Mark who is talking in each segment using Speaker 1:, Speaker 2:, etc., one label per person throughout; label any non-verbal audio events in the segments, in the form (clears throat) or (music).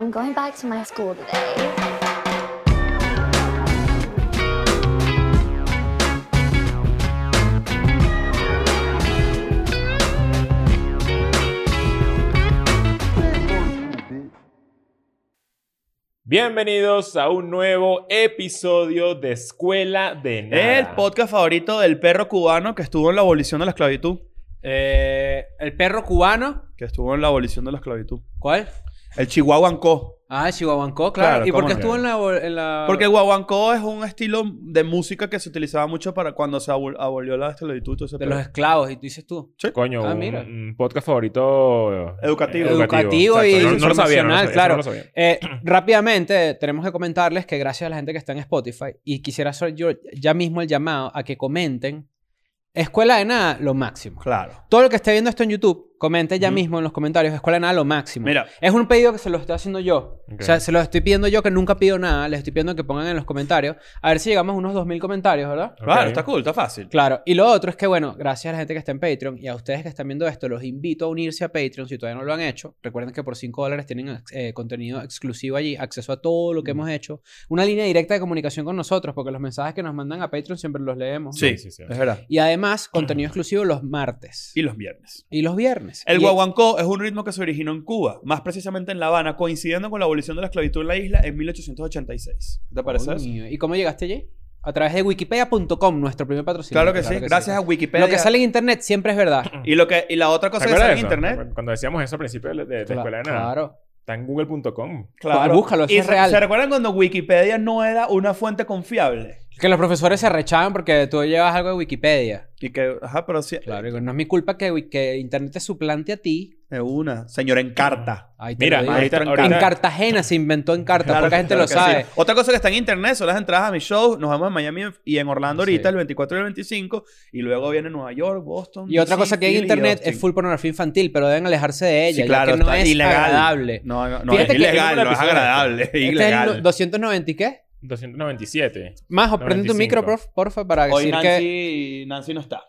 Speaker 1: I'm going back to my school today.
Speaker 2: Bienvenidos a un nuevo episodio de Escuela de Nada.
Speaker 3: El podcast favorito del perro cubano que estuvo en la abolición de la esclavitud.
Speaker 4: Eh, el perro cubano.
Speaker 3: Que estuvo en la abolición de la esclavitud.
Speaker 4: ¿Cuál?
Speaker 3: El chihuahuancó.
Speaker 4: Ah, el Chihuahuancó, claro.
Speaker 3: Claro,
Speaker 4: ¿Y por
Speaker 3: cómo
Speaker 4: qué
Speaker 3: no.
Speaker 4: estuvo en la, en la-
Speaker 3: Porque el guaguancó es un estilo de música que se utilizaba mucho para cuando se abol- abolió la esclavitud. y todo ese
Speaker 4: de
Speaker 3: pedo.
Speaker 4: los esclavos? Y tú dices tú.
Speaker 2: Coño,
Speaker 4: Ah,
Speaker 2: un-
Speaker 4: mira.
Speaker 2: Un, podcast favorito eh,
Speaker 3: Educativo.
Speaker 4: Educativo y
Speaker 2: Exacto. No- no lo sabía, no lo
Speaker 4: informacional,
Speaker 2: sabía,
Speaker 4: claro.
Speaker 2: no lo sabía.
Speaker 3: (clears throat)
Speaker 4: Eh, rápidamente, eh, tenemos que comentarles que gracias a la gente que está en Spotify, y quisiera hacer yo ya mismo el llamado a que comenten Escuela de Nada, lo máximo.
Speaker 3: Claro.
Speaker 4: Todo el que esté viendo esto en YouTube, comente ya
Speaker 3: Ujú.
Speaker 4: mismo en los comentarios Escuela de Nada, lo máximo.
Speaker 3: Mira.
Speaker 4: Es un pedido que se lo estoy haciendo yo.
Speaker 2: Ok.
Speaker 4: O sea, se lo estoy pidiendo yo que nunca pido nada. Les estoy pidiendo que pongan en los comentarios. A ver si llegamos a unos 2.000 comentarios, ¿verdad?
Speaker 3: Claro,
Speaker 2: Ok.
Speaker 3: está cool, está fácil.
Speaker 4: Claro, y lo otro es que, bueno, gracias a la gente que está en Patreon y a ustedes que están viendo esto, los invito a unirse a Patreon si todavía no lo han hecho. Recuerden que por 5 dólares tienen eh, contenido exclusivo allí, acceso a todo lo que
Speaker 3: Mm.
Speaker 4: hemos hecho, una línea directa de comunicación con nosotros, porque los mensajes que nos mandan a Patreon siempre los leemos.
Speaker 3: Sí,
Speaker 2: Sí, sí, sí.
Speaker 3: es verdad.
Speaker 4: Y además, contenido exclusivo los martes
Speaker 3: Y los viernes.
Speaker 4: y los viernes.
Speaker 3: El
Speaker 4: Y-
Speaker 3: guaguancó es un ritmo que se originó en Cuba, más precisamente en La Habana, coincidiendo con la abolición de la esclavitud en la isla en 1886. ¿Te parece eso?
Speaker 4: Coño, ¿Y cómo llegaste allí? A través de wikipedia.com, nuestro primer patrocinador.
Speaker 3: Claro que sí, gracias a Wikipedia.
Speaker 4: Lo que sale en internet siempre es
Speaker 3: (clears throat)
Speaker 4: verdad.
Speaker 3: y, lo que, y la otra
Speaker 2: ¿Te
Speaker 3: cosa que
Speaker 2: acuerdas de
Speaker 3: sale en
Speaker 2: eso?
Speaker 3: internet.
Speaker 2: Cuando decíamos eso al principio de, de- de Escuela de Nada.
Speaker 4: Claro.
Speaker 2: Está en google.com.
Speaker 3: Claro.
Speaker 4: búscalo, eso
Speaker 3: Y
Speaker 4: es
Speaker 3: se-
Speaker 4: real.
Speaker 3: ¿Se recuerdan cuando Wikipedia no era una fuente confiable?
Speaker 4: Que los profesores se rechaban porque tú llevas algo de Wikipedia.
Speaker 3: Y que, ajá, pero sí.
Speaker 4: Claro, digo, no es mi culpa que, wi- que Internet te suplante a ti.
Speaker 3: De una. Señora Encarta.
Speaker 4: Ahí te
Speaker 2: Mira,
Speaker 4: lo digo.
Speaker 2: ahorita,
Speaker 3: Maestro en
Speaker 2: ahorita-
Speaker 4: en Cartagena se inventó en Carta,
Speaker 3: Claro
Speaker 4: poca
Speaker 3: que-
Speaker 4: gente
Speaker 3: claro
Speaker 4: lo
Speaker 3: que
Speaker 4: sabe.
Speaker 3: sí. Otra cosa que está en internet son las entradas a mis shows. Nos vemos en Miami y en Orlando ahorita,
Speaker 4: Sí.
Speaker 3: el 24 y el 25. Y luego viene Nueva York, Boston.
Speaker 4: Y otra
Speaker 3: DC,
Speaker 4: cosa que hay en
Speaker 3: Philly y
Speaker 4: internet
Speaker 3: Austin.
Speaker 4: es full pornografía infantil, pero deben alejarse de ella,
Speaker 3: Sí,
Speaker 4: ya
Speaker 3: claro,
Speaker 4: que no
Speaker 3: está
Speaker 4: es
Speaker 3: ilegal.
Speaker 4: agradable.
Speaker 3: No, no, no,
Speaker 4: Fíjate
Speaker 3: es
Speaker 4: que-
Speaker 3: ilegal, no es
Speaker 2: episodio.
Speaker 3: agradable. Es
Speaker 4: Este
Speaker 3: ilegal.
Speaker 4: es el 290 y qué?
Speaker 2: 297.
Speaker 4: Más, o prende tu
Speaker 2: 95.
Speaker 4: micro, prof, porfa, para
Speaker 3: Hoy
Speaker 4: decir que...
Speaker 3: Nancy, Nancy no está.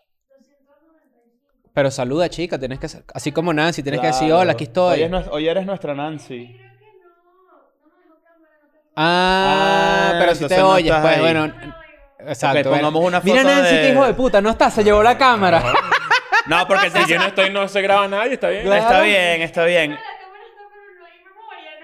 Speaker 4: Pero saluda, chica, tienes que... ser- Así como Nancy, tienes que decir,
Speaker 3: Claro.
Speaker 4: hola, aquí estoy.
Speaker 3: Hoy, es nues- hoy eres nuestra Nancy.
Speaker 4: Ah,
Speaker 3: Ah,
Speaker 4: pero si
Speaker 3: entonces
Speaker 4: te
Speaker 3: no
Speaker 4: oyes,
Speaker 3: estás
Speaker 4: pues
Speaker 3: ahí.
Speaker 4: bueno... Exacto.
Speaker 3: Ok, pongamos una
Speaker 4: Mira
Speaker 3: foto
Speaker 4: Nancy,
Speaker 3: de-
Speaker 4: qué hijo de puta, no está, se llevó la cámara.
Speaker 3: No, porque (laughs) te
Speaker 2: Si yo no estoy, no se graba nadie, está bien.
Speaker 4: Claro.
Speaker 3: Está bien, está bien.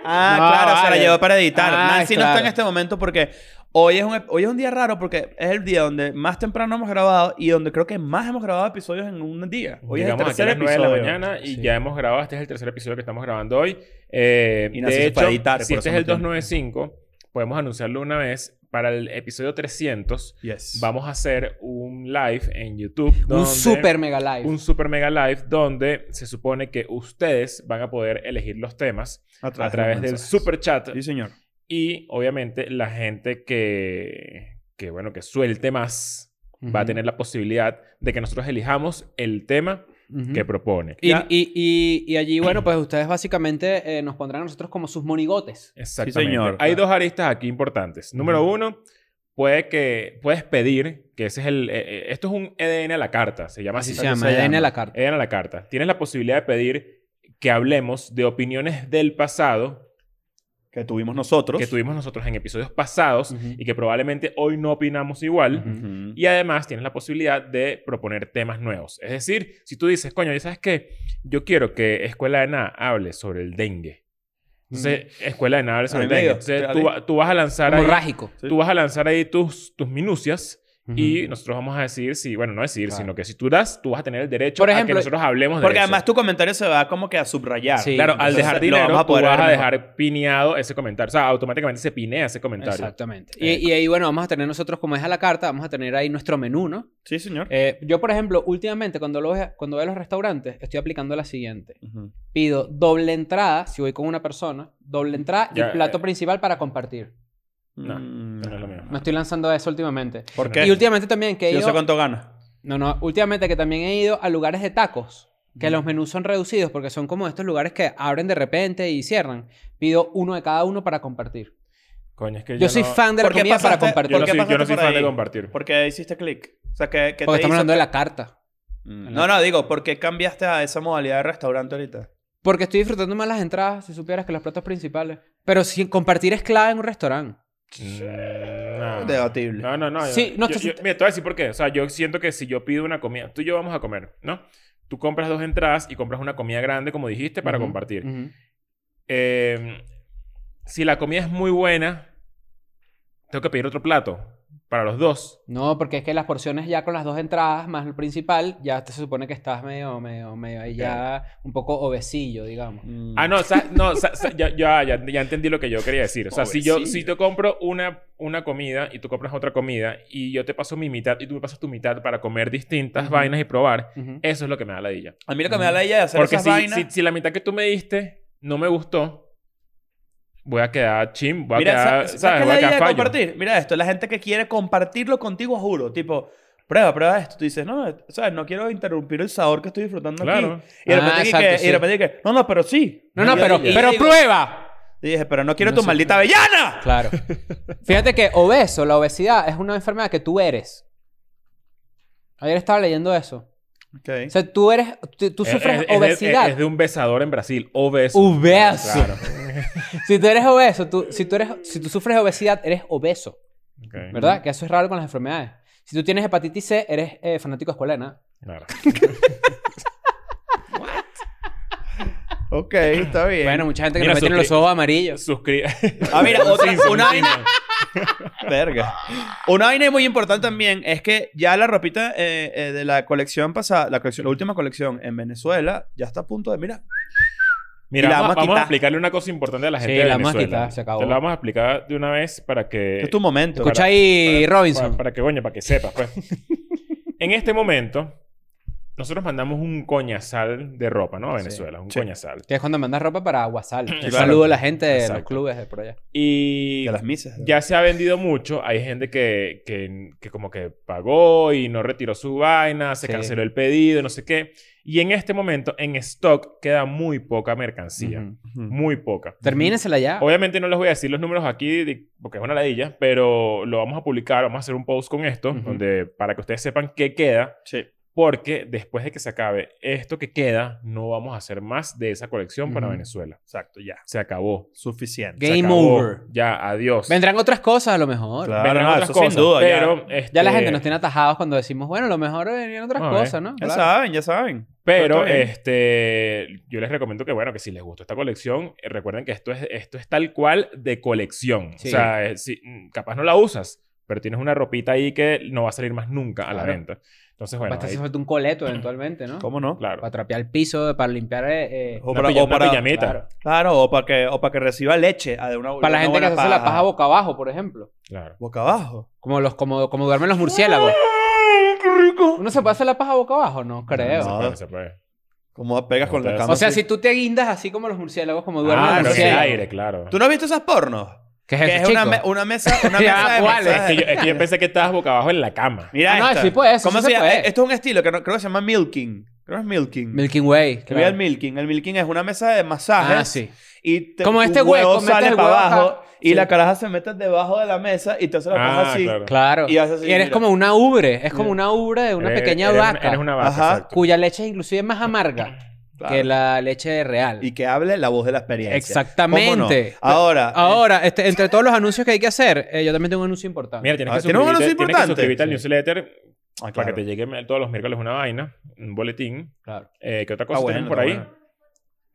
Speaker 3: Ah,
Speaker 4: No,
Speaker 3: claro, se
Speaker 4: vale.
Speaker 3: la llevó para editar.
Speaker 4: Ah,
Speaker 3: Nancy no
Speaker 4: claro.
Speaker 3: está en este momento porque hoy es, un, ep- hoy es un día raro porque es el día donde más temprano hemos grabado y donde creo que más hemos grabado episodios en un día. Hoy
Speaker 2: Llegamos
Speaker 3: es
Speaker 2: aquí
Speaker 3: el
Speaker 2: a las 9
Speaker 3: tercer
Speaker 2: de
Speaker 3: episodio.
Speaker 2: la mañana y
Speaker 4: Sí.
Speaker 2: ya hemos grabado. Este es el tercer episodio que estamos grabando hoy. Eh,
Speaker 3: Y nací
Speaker 2: de
Speaker 3: para
Speaker 2: hecho,
Speaker 3: editar,
Speaker 2: si
Speaker 3: por
Speaker 2: este
Speaker 3: eso
Speaker 2: es el
Speaker 3: no tengo.
Speaker 2: 295, podemos anunciarlo una vez. Para el episodio 300,
Speaker 3: Yes.
Speaker 2: vamos a hacer un live en YouTube.
Speaker 4: Un
Speaker 2: donde-
Speaker 4: super mega live.
Speaker 2: Un super mega live donde se supone que ustedes van a poder elegir los temas a través del
Speaker 3: mensajes.
Speaker 2: super chat
Speaker 3: Sí, señor.
Speaker 2: y obviamente la gente que, que bueno, que suelte más va a
Speaker 4: Ujú.
Speaker 2: tener la posibilidad de que nosotros elijamos el tema
Speaker 4: Ujú.
Speaker 2: que propone.
Speaker 4: y,
Speaker 3: Ya.
Speaker 4: y- y- y allí, bueno, pues ustedes básicamente eh, nos pondrán a nosotros como sus monigotes.
Speaker 2: Exactamente.
Speaker 3: señor.
Speaker 2: Hay dos aristas aquí importantes. Número uno, puede que puedes pedir que ese es el eh, eh, esto es un EDN a la carta, se llama Eh, así.
Speaker 4: Así se
Speaker 3: se
Speaker 4: llama,
Speaker 3: llama.
Speaker 4: ADN a la carta.
Speaker 2: EDN a la carta. Tienes la posibilidad de pedir que hablemos de opiniones del pasado
Speaker 3: Que tuvimos nosotros.
Speaker 2: que tuvimos nosotros en episodios pasados
Speaker 4: Ujú.
Speaker 2: y que probablemente hoy no opinamos igual.
Speaker 4: Ujú.
Speaker 3: Ujú.
Speaker 2: Y además tienes la posibilidad de proponer temas nuevos. Es decir, si tú dices, coño, ¿y sabes qué? Yo quiero que Escuela de Nada hable sobre el dengue. Entonces,
Speaker 4: Mm.
Speaker 2: Escuela de Nada hable sobre el
Speaker 3: Ahí
Speaker 2: dengue.
Speaker 3: medio,
Speaker 2: Entonces,
Speaker 3: pégale.
Speaker 2: tú, va- tú vas a lanzar ahí,
Speaker 4: Hemorrágico.
Speaker 3: Sí.
Speaker 2: tú vas a lanzar ahí tus, tus minucias
Speaker 4: Ujú.
Speaker 2: y nosotros vamos a decidir si, bueno, no decidir,
Speaker 4: Claro.
Speaker 2: sino que si tú das, tú vas a tener el derecho
Speaker 4: Por
Speaker 2: a que
Speaker 4: ejemplo,
Speaker 2: nosotros hablemos de
Speaker 3: Porque
Speaker 2: eso.
Speaker 3: además tu comentario se va como que a subrayar.
Speaker 4: Sí.
Speaker 2: Claro, al
Speaker 3: Entonces,
Speaker 2: dejar
Speaker 3: lo
Speaker 2: dinero,
Speaker 3: vamos a
Speaker 2: tú
Speaker 3: poder
Speaker 2: vas
Speaker 3: ver
Speaker 2: a
Speaker 3: mejor.
Speaker 2: dejar pineado ese comentario. O sea, automáticamente se pinea ese comentario.
Speaker 4: Exactamente. Y, y ahí, bueno, vamos a tener nosotros, como es a la carta, vamos a tener ahí nuestro menú, ¿no?
Speaker 3: Sí, señor.
Speaker 4: Eh, yo, por ejemplo, últimamente cuando, lo, ve- cuando voy a los restaurantes, estoy aplicando la siguiente.
Speaker 3: Ujú.
Speaker 4: Pido doble entrada, si voy con una persona, doble entrada
Speaker 2: Ya,
Speaker 4: y plato
Speaker 2: eh.
Speaker 4: principal para compartir.
Speaker 2: No,
Speaker 3: Mm.
Speaker 2: no es lo mismo.
Speaker 4: Me estoy lanzando eso últimamente.
Speaker 3: ¿Por
Speaker 4: Y
Speaker 3: qué?
Speaker 4: últimamente también que he
Speaker 3: Yo
Speaker 4: ido...
Speaker 3: sé cuánto gana.
Speaker 4: No, no, últimamente que también he ido a lugares de tacos, que los menús son reducidos porque son como estos lugares que abren de repente y cierran. Pido uno de cada uno para compartir.
Speaker 2: Coño, es que
Speaker 4: Yo,
Speaker 2: yo
Speaker 4: soy
Speaker 2: no-
Speaker 4: fan de la
Speaker 3: ¿Por qué
Speaker 4: comida para
Speaker 3: pasaste-
Speaker 2: Yo
Speaker 4: compartir.
Speaker 2: no
Speaker 3: ¿Por qué
Speaker 2: soy, yo no
Speaker 3: pasaste
Speaker 2: soy
Speaker 3: por
Speaker 2: fan de
Speaker 3: ahí?
Speaker 2: compartir.
Speaker 3: Porque hiciste clic. O sea, que, que
Speaker 4: Porque
Speaker 3: te
Speaker 4: estamos
Speaker 3: hizo
Speaker 4: hablando de la carta.
Speaker 3: Mm. No, no, digo, ¿por qué cambiaste a esa modalidad de restaurante ahorita?
Speaker 4: Porque estoy disfrutando más las entradas, si supieras que los platos principales. Pero si compartir es clave en un restaurante.
Speaker 2: Mm, No.
Speaker 3: Debatible.
Speaker 2: No, no, no.
Speaker 4: Sí,
Speaker 2: yo-
Speaker 4: no,
Speaker 2: yo-
Speaker 4: estás-
Speaker 2: yo- mira, te voy a decir por qué. O sea, yo siento que si yo pido una comida, tú y yo vamos a comer, ¿no? Tú compras dos entradas y compras una comida grande, como dijiste, para
Speaker 4: Ujú,
Speaker 2: compartir.
Speaker 3: Mm.
Speaker 4: ujú.
Speaker 2: Eh, si la comida es muy buena, tengo que pedir otro plato para los dos.
Speaker 4: No, porque es que las porciones ya con las dos entradas más el principal, ya te se supone que estás medio, medio, medio ahí ya un poco obesillo, digamos.
Speaker 3: Mm.
Speaker 2: Ah, no, sa- no sa- sa- ya, ya, ya, ya entendí lo que yo quería decir. O sea, si yo si
Speaker 3: Pobrecillo.
Speaker 2: te compro una, una comida y tú compras otra comida y yo te paso mi mitad y tú me pasas tu mitad para comer distintas
Speaker 4: Ujú.
Speaker 2: vainas y probar,
Speaker 3: Mm.
Speaker 4: Ujú.
Speaker 2: eso es lo que me da la idea.
Speaker 3: A mí lo que me da la idea de hacer
Speaker 2: Porque
Speaker 3: esas
Speaker 2: si,
Speaker 3: vainas...
Speaker 2: si, si la mitad que tú me diste no me gustó, voy a quedar chim, voy a
Speaker 3: Mira, sa-
Speaker 2: quedar,
Speaker 3: sa-
Speaker 2: ¿sabes? Voy a
Speaker 3: ¿sabes qué es la idea
Speaker 2: quedar
Speaker 3: de
Speaker 2: fallo.
Speaker 3: compartir? Mira esto, la gente que quiere compartirlo contigo, juro. Tipo, prueba, prueba esto. Tú dices, no, sabes, no quiero interrumpir el sabor que estoy disfrutando
Speaker 2: Claro.
Speaker 3: aquí. Y de
Speaker 4: Ah,
Speaker 3: repente, y
Speaker 4: exacto,
Speaker 3: que, y
Speaker 4: sí.
Speaker 3: de repente y que, no, no, pero sí.
Speaker 4: No, no,
Speaker 3: Y yo
Speaker 4: pero,
Speaker 3: dije-
Speaker 4: pero
Speaker 3: y digo-
Speaker 4: prueba.
Speaker 3: y dije, pero no quiero
Speaker 4: No
Speaker 3: tu
Speaker 4: sé.
Speaker 3: maldita avellana.
Speaker 4: Claro. Fíjate que obeso, la obesidad es una enfermedad que tú eres. Ayer estaba leyendo eso. O sea, tú eres, tú, tú
Speaker 2: Es-
Speaker 4: sufres
Speaker 2: es- es de-
Speaker 4: obesidad.
Speaker 2: Es, de un besador en Brasil. Obeso.
Speaker 4: Obeso.
Speaker 2: Claro.
Speaker 4: Si tú eres obeso, tú, si tú eres, si tú sufres obesidad, eres obeso,
Speaker 2: Ok.
Speaker 4: ¿verdad? Que eso es raro con las enfermedades. Si tú tienes hepatitis C, eres eh, fanático de escuela de nada.
Speaker 2: Claro.
Speaker 3: Ok, está bien.
Speaker 4: Bueno, mucha gente que
Speaker 2: Mira,
Speaker 4: nos tiene
Speaker 2: suscri-
Speaker 4: los ojos amarillos.
Speaker 2: Suscri- (laughs)
Speaker 3: Ah, mira,
Speaker 4: (laughs)
Speaker 2: Un
Speaker 3: otra-
Speaker 2: Simpson,
Speaker 3: una
Speaker 2: un
Speaker 3: vaina-
Speaker 2: Simpson.
Speaker 3: Verga. Una vaina muy importante también es que ya la ropita eh, eh, de la colección pasada, la, colección, la última colección en Venezuela, ya está a punto de, mira,
Speaker 2: Mira,
Speaker 3: Y la
Speaker 2: vamos,
Speaker 3: vamos
Speaker 2: vamos
Speaker 3: a
Speaker 2: a
Speaker 3: quitar.
Speaker 2: explicarle una cosa importante a la gente
Speaker 4: Sí,
Speaker 2: de
Speaker 4: la vamos a
Speaker 2: Venezuela.
Speaker 4: quitar, se acabó.
Speaker 2: Te la vamos a explicar de una vez para que...
Speaker 3: este es tu momento.
Speaker 4: Escucha ahí, Robinson.
Speaker 2: Para, para que, coño, para que sepas, pues. (laughs) en este momento, nosotros mandamos un coñazal de ropa, ¿no? A Venezuela, un
Speaker 3: Sí.
Speaker 2: coñazal.
Speaker 4: Que es cuando mandas ropa para Aguasal. Un
Speaker 2: Claro.
Speaker 4: saludo a la gente de los
Speaker 2: Exacto.
Speaker 4: clubes de por allá.
Speaker 2: Y
Speaker 3: De las misas.
Speaker 2: ya se ha vendido mucho. Hay gente que, que, que como que pagó y no retiró su vaina, se
Speaker 4: Sí.
Speaker 2: canceló el pedido, no sé qué. Y en este momento, en stock, queda muy poca mercancía.
Speaker 4: Ujú.
Speaker 3: Ujú.
Speaker 2: Muy poca.
Speaker 4: Termínensela ya.
Speaker 2: Obviamente no les voy a decir los números aquí de- porque es una ladilla, pero lo vamos a publicar, vamos a hacer un post con esto,
Speaker 4: Ujú.
Speaker 2: donde para que ustedes sepan qué queda,
Speaker 3: Sí.
Speaker 2: porque después de que se acabe esto que queda, no vamos a hacer más de esa colección para
Speaker 4: Ujú.
Speaker 2: Venezuela. Exacto, ya. Se acabó.
Speaker 3: Suficiente.
Speaker 2: Se
Speaker 4: Game
Speaker 2: acabó.
Speaker 4: over.
Speaker 2: Ya, adiós.
Speaker 4: Vendrán otras cosas a lo mejor.
Speaker 3: Claro.
Speaker 2: Vendrán
Speaker 3: no,
Speaker 2: otras
Speaker 3: eso sin
Speaker 2: cosas,
Speaker 3: duda, ya.
Speaker 2: pero, este,
Speaker 4: Ya la gente nos tiene atajados cuando decimos, bueno, lo mejor venían otras
Speaker 2: Ah,
Speaker 4: cosas,
Speaker 2: eh.
Speaker 4: ¿no?
Speaker 3: Ya
Speaker 4: Claro.
Speaker 3: saben, ya saben.
Speaker 2: Pero,
Speaker 3: Está bien.
Speaker 2: este, yo les recomiendo que, bueno, que si les gustó esta colección, eh, recuerden que esto es, esto es tal cual de colección.
Speaker 4: Sí.
Speaker 2: O sea, eh, si- mm, capaz no la usas, pero tienes una ropita ahí que no va a salir más nunca a la
Speaker 4: Claro.
Speaker 2: venta. Entonces, bueno,
Speaker 4: Hasta
Speaker 2: ahí-
Speaker 4: hace falta un coleto eventualmente, ¿no?
Speaker 3: ¿Cómo no?
Speaker 2: claro.
Speaker 4: Para trapear el piso, para limpiar. eh, eh,
Speaker 3: O
Speaker 2: Una
Speaker 3: para,
Speaker 2: pilla-
Speaker 3: o
Speaker 2: una
Speaker 3: para-
Speaker 2: pijamita.
Speaker 4: claro.
Speaker 3: claro, o para que, o para que reciba leche ah, de una
Speaker 4: para la gente que se hace la paja
Speaker 3: boca,
Speaker 4: boca abajo, por ejemplo.
Speaker 2: Claro.
Speaker 3: boca abajo.
Speaker 4: Como, los, como, como duermen los murciélagos. ¿Uno se puede hacer la paja boca abajo? No creo.
Speaker 3: No.
Speaker 2: Bueno, se puede.
Speaker 3: Como pegas con la
Speaker 2: Entonces-
Speaker 3: cama.
Speaker 4: O sea,
Speaker 3: así.
Speaker 4: si tú te guindas así como los murciélagos, como duermen
Speaker 2: Ah,
Speaker 4: los
Speaker 2: pero en el
Speaker 4: murciélagos.
Speaker 2: aire, claro.
Speaker 3: ¿Tú no has visto esas pornos?
Speaker 4: ¿Qué es
Speaker 3: Que
Speaker 4: eso,
Speaker 3: es una,
Speaker 4: chico?
Speaker 3: me- una mesa, una
Speaker 4: (laughs) Ya,
Speaker 3: mesa de
Speaker 4: ¿cuál
Speaker 2: Es
Speaker 3: masaje.
Speaker 2: que, yo, es que yo pensé que estabas boca abajo en la cama.
Speaker 3: Mira
Speaker 4: Ah, no,
Speaker 3: esta.
Speaker 4: sí, pues, eso
Speaker 3: ¿Cómo
Speaker 4: sí
Speaker 3: se
Speaker 4: se
Speaker 3: llama? Eh,
Speaker 4: puede.
Speaker 3: Esto es un estilo que no- creo que se llama milking. Creo que es milking.
Speaker 4: Milky Way.
Speaker 3: Que
Speaker 4: claro.
Speaker 3: vea el milking. El milking es una mesa de masajes.
Speaker 4: Ah, sí.
Speaker 3: Y te-
Speaker 4: Como
Speaker 3: tu
Speaker 4: este hueco, metes
Speaker 3: sale
Speaker 4: el
Speaker 3: para
Speaker 4: huevo
Speaker 3: abajo
Speaker 4: acá.
Speaker 3: y
Speaker 4: Sí.
Speaker 3: la caraja se mete debajo de la mesa y te hace la
Speaker 2: Ah,
Speaker 3: paja así.
Speaker 2: claro.
Speaker 4: Claro.
Speaker 3: Y haces así,
Speaker 4: Y eres
Speaker 3: mira.
Speaker 4: como una ubre. Es como
Speaker 3: Mira.
Speaker 4: una ubre de una
Speaker 2: Eres-
Speaker 4: pequeña
Speaker 2: Eh, eres una-
Speaker 4: vaca.
Speaker 2: eres una vaca,
Speaker 3: Ajá.
Speaker 2: exacto.
Speaker 4: Cuya leche es inclusive más amarga
Speaker 3: Claro.
Speaker 4: que la leche real.
Speaker 3: Y que hable la voz de la experiencia.
Speaker 4: Exactamente.
Speaker 3: ¿Cómo no? Ahora,
Speaker 4: Ahora, este, entre todos los anuncios que hay que hacer, eh, yo también tengo un anuncio importante.
Speaker 2: Mira, tienes
Speaker 3: Ah,
Speaker 2: que
Speaker 3: ¿tenemos algo
Speaker 2: suscribirte, tienes que
Speaker 3: importante?
Speaker 2: suscribirte al
Speaker 4: Sí.
Speaker 2: newsletter
Speaker 3: Ah, claro.
Speaker 2: para que te llegue todos los miércoles una vaina, un boletín.
Speaker 4: Claro.
Speaker 2: Eh, ¿Qué otra cosa
Speaker 3: Ah,
Speaker 2: tenemos
Speaker 3: bueno,
Speaker 2: por ahí?
Speaker 3: está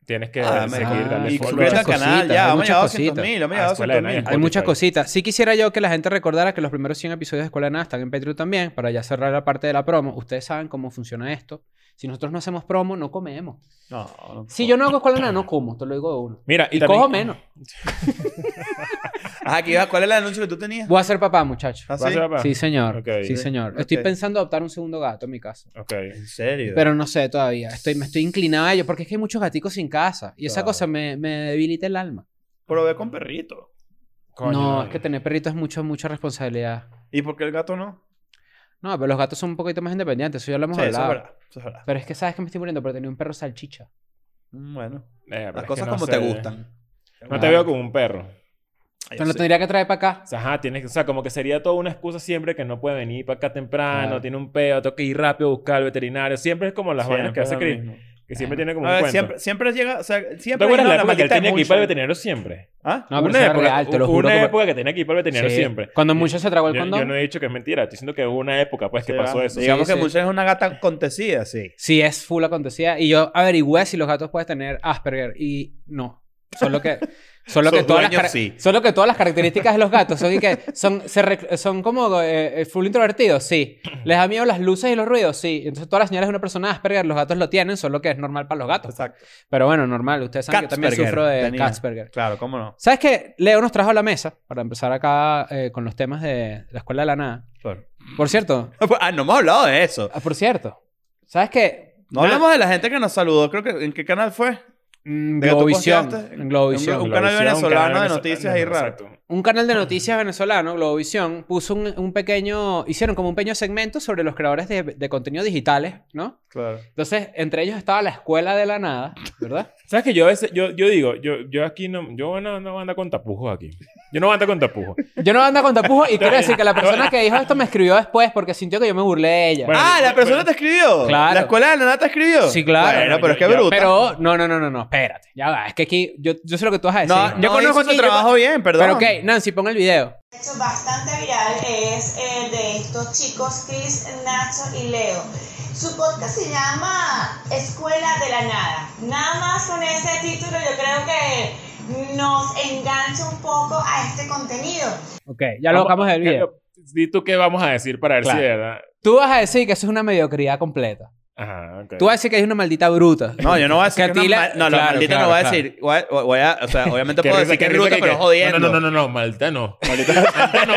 Speaker 2: Tienes que
Speaker 3: Ah,
Speaker 2: seguir,
Speaker 4: me-
Speaker 2: darle
Speaker 3: y
Speaker 4: follow.
Speaker 3: suscríbete al
Speaker 4: Muchas
Speaker 3: canal
Speaker 4: cositas,
Speaker 3: ya,
Speaker 4: hay
Speaker 3: vamos a llegar a
Speaker 4: muchas
Speaker 3: 200 mil, vamos a
Speaker 2: Ah,
Speaker 3: llegar a
Speaker 2: escuela de
Speaker 3: 200 mil.
Speaker 2: nada.
Speaker 4: Hay muchas
Speaker 2: Spotify.
Speaker 4: cositas. Sí quisiera yo que la gente recordara que los primeros 100 episodios de Escuela de Nada están en Patreon también, para ya cerrar la parte de la promo. Ustedes saben cómo funciona esto. Si nosotros no hacemos promo, no comemos.
Speaker 3: No, no.
Speaker 4: Si yo no hago Escuela de Nada, no como. Te lo digo de uno.
Speaker 2: Mira, y,
Speaker 4: Y
Speaker 2: también-
Speaker 4: cojo menos.
Speaker 3: Ajá, aquí va. ¿Cuál es el anuncio que tú tenías?
Speaker 4: Voy a ser papá, muchacho.
Speaker 3: ¿Ah,
Speaker 2: ¿Vas a
Speaker 3: sí?
Speaker 2: ser papá?
Speaker 4: Sí, señor.
Speaker 2: Ok.
Speaker 4: Sí, señor.
Speaker 3: Ok.
Speaker 4: Estoy pensando adoptar un segundo gato en mi casa.
Speaker 2: Ok.
Speaker 3: ¿En serio?
Speaker 4: Pero no sé todavía. Estoy, me estoy inclinado a ello porque es que hay muchos gaticos sin casa. Y esa
Speaker 3: Claro.
Speaker 4: cosa me, me debilita el alma.
Speaker 3: Probé con perrito.
Speaker 2: Coño,
Speaker 4: no, es que tener perritos es mucho, mucha responsabilidad.
Speaker 3: ¿Y por qué el gato no?
Speaker 4: No, pero los gatos son un poquito más independientes. Eso ya lo hemos
Speaker 3: Sí, eso es
Speaker 4: hablado.
Speaker 3: verdad. Eso es verdad.
Speaker 4: pero es que sabes que me estoy muriendo, pero tenía un perro salchicha.
Speaker 3: Mm, Bueno,
Speaker 2: Eh, pero es
Speaker 3: las
Speaker 2: que
Speaker 3: cosas
Speaker 2: no
Speaker 3: como
Speaker 2: sé.
Speaker 3: te gustan.
Speaker 2: No te veo como un perro.
Speaker 3: Ay,
Speaker 4: Entonces lo
Speaker 3: sí.
Speaker 4: tendría que traer para acá.
Speaker 2: O sea, ajá, tienes que, o sea, como que sería toda una excusa siempre que no puede venir para acá temprano,
Speaker 4: Claro.
Speaker 2: tiene un peo, tengo que ir rápido a buscar al veterinario. Siempre es como las
Speaker 3: Siempre
Speaker 2: vainas que
Speaker 3: es
Speaker 2: hace
Speaker 3: lo
Speaker 2: Chris.
Speaker 3: mismo.
Speaker 2: Que siempre
Speaker 4: Bueno.
Speaker 2: tiene como
Speaker 3: A
Speaker 2: un
Speaker 3: ver,
Speaker 2: cuento.
Speaker 3: siempre, siempre llega, o sea, siempre...
Speaker 2: ¿Te acuerdas la
Speaker 3: hay una
Speaker 2: época que él tenía que ir
Speaker 3: maqueta
Speaker 2: para el
Speaker 3: mucho.
Speaker 2: veterinario siempre?
Speaker 3: ¿Ah?
Speaker 4: No, pero eso era real, te lo juro.
Speaker 2: una
Speaker 4: que-
Speaker 2: época que tenía que ir para el veterinario
Speaker 4: Sí.
Speaker 2: siempre.
Speaker 4: Cuando mucho se tragó el
Speaker 2: Yo,
Speaker 4: condón.
Speaker 2: yo no he dicho que es mentira, estoy diciendo que hubo una época pues que
Speaker 3: Sí,
Speaker 2: pasó
Speaker 3: va.
Speaker 2: eso.
Speaker 3: Digamos
Speaker 4: Sí,
Speaker 3: que
Speaker 4: sí.
Speaker 3: muchas es una gata acontecida, sí.
Speaker 4: Sí, es full acontecida. Y yo averigüé si los gatos pueden tener Asperger. Y no. Solo que. Solo que,
Speaker 3: Sus
Speaker 4: todas las
Speaker 3: dueños
Speaker 4: cara-
Speaker 3: sí.
Speaker 4: solo que todas las características de los gatos son, y que son, se rec- son como eh, eh, full introvertidos, sí. Les da miedo las luces y los ruidos, sí. Entonces todas las señales de una persona Asperger, los gatos lo tienen, solo que es normal para los gatos.
Speaker 3: Exacto.
Speaker 4: Pero bueno, normal. Ustedes saben que yo también
Speaker 3: Katzberger
Speaker 4: sufro de
Speaker 3: tenía.
Speaker 4: Asperger.
Speaker 3: Claro, cómo no. (laughs)
Speaker 4: ¿Sabes qué? Leo nos trajo a la mesa para empezar acá eh, con los temas de la escuela de la nada.
Speaker 3: Claro.
Speaker 4: Por cierto,
Speaker 3: Ah, no hemos hablado de eso.
Speaker 4: ah, por cierto, ¿sabes qué?
Speaker 3: No hablamos de la gente que nos saludó. Creo que... ¿En qué canal fue?
Speaker 4: Mm,
Speaker 3: ¿De que tú
Speaker 4: Globovisión.
Speaker 3: posteaste?
Speaker 4: en Globovisión.
Speaker 3: Un
Speaker 2: Globovisión,
Speaker 3: canal venezolano de
Speaker 2: venezolano,
Speaker 3: noticias ahí raro.
Speaker 2: exacto.
Speaker 4: Un canal de noticias venezolano, Globovisión, puso un, un pequeño, hicieron como un pequeño segmento sobre los creadores de, de contenido digitales, ¿no?
Speaker 3: Claro.
Speaker 4: Entonces, entre ellos estaba la escuela de la nada, ¿verdad?
Speaker 2: ¿Sabes que yo a veces, yo, yo digo, yo, yo aquí no, yo no, no ando con tapujos aquí. Yo no ando con tapujos.
Speaker 4: Yo no ando con tapujos y quiero decir que la persona que dijo esto me escribió después porque sintió que yo me burlé de ella.
Speaker 2: Bueno,
Speaker 3: ah, la
Speaker 2: bueno,
Speaker 3: persona
Speaker 2: bueno.
Speaker 3: te escribió.
Speaker 4: Claro.
Speaker 3: La escuela de la nada te escribió.
Speaker 4: Sí, claro.
Speaker 3: Bueno, pero es que
Speaker 2: Yo- yo-
Speaker 3: bruta.
Speaker 4: Pero, no, no, no, no, no, espérate. Ya va, es que aquí, yo, yo sé lo que tú vas a decir.
Speaker 3: no,
Speaker 4: yo
Speaker 3: no hizo
Speaker 4: aquí,
Speaker 3: su
Speaker 4: yo-
Speaker 3: trabajo bien, perdón.
Speaker 4: Pero ok, Nancy, pon el video.
Speaker 5: hecho bastante viral es el de estos chicos Chris, Nacho y Leo. Su podcast se llama Escuela de la Nada. Nada más con ese título yo creo que nos engancha un poco a este contenido.
Speaker 4: Ok, ya
Speaker 2: Vamos-
Speaker 4: lo bajamos del video.
Speaker 2: Di tú qué vamos a decir para ver
Speaker 4: Claro.
Speaker 2: si de verdad.
Speaker 4: Tú vas a decir que eso es una mediocridad completa.
Speaker 2: Ajá, ok.
Speaker 4: Tú vas a decir que es una maldita bruta.
Speaker 3: No, yo no voy a decir.
Speaker 4: Que
Speaker 3: que
Speaker 4: a ti
Speaker 3: es una
Speaker 4: la-
Speaker 3: mal- No,
Speaker 4: claro,
Speaker 3: la maldita
Speaker 4: claro,
Speaker 3: no voy a
Speaker 4: claro.
Speaker 3: decir. Voy a, voy a- o sea, obviamente
Speaker 2: Qué
Speaker 3: puedo
Speaker 2: risa,
Speaker 3: decir
Speaker 2: qué
Speaker 3: que es
Speaker 2: risa
Speaker 3: bruta,
Speaker 2: que-
Speaker 3: pero
Speaker 2: que-
Speaker 3: jodiendo.
Speaker 2: No, no, no, no, no, maldita
Speaker 3: (laughs)
Speaker 2: no. Maldita, maldita no.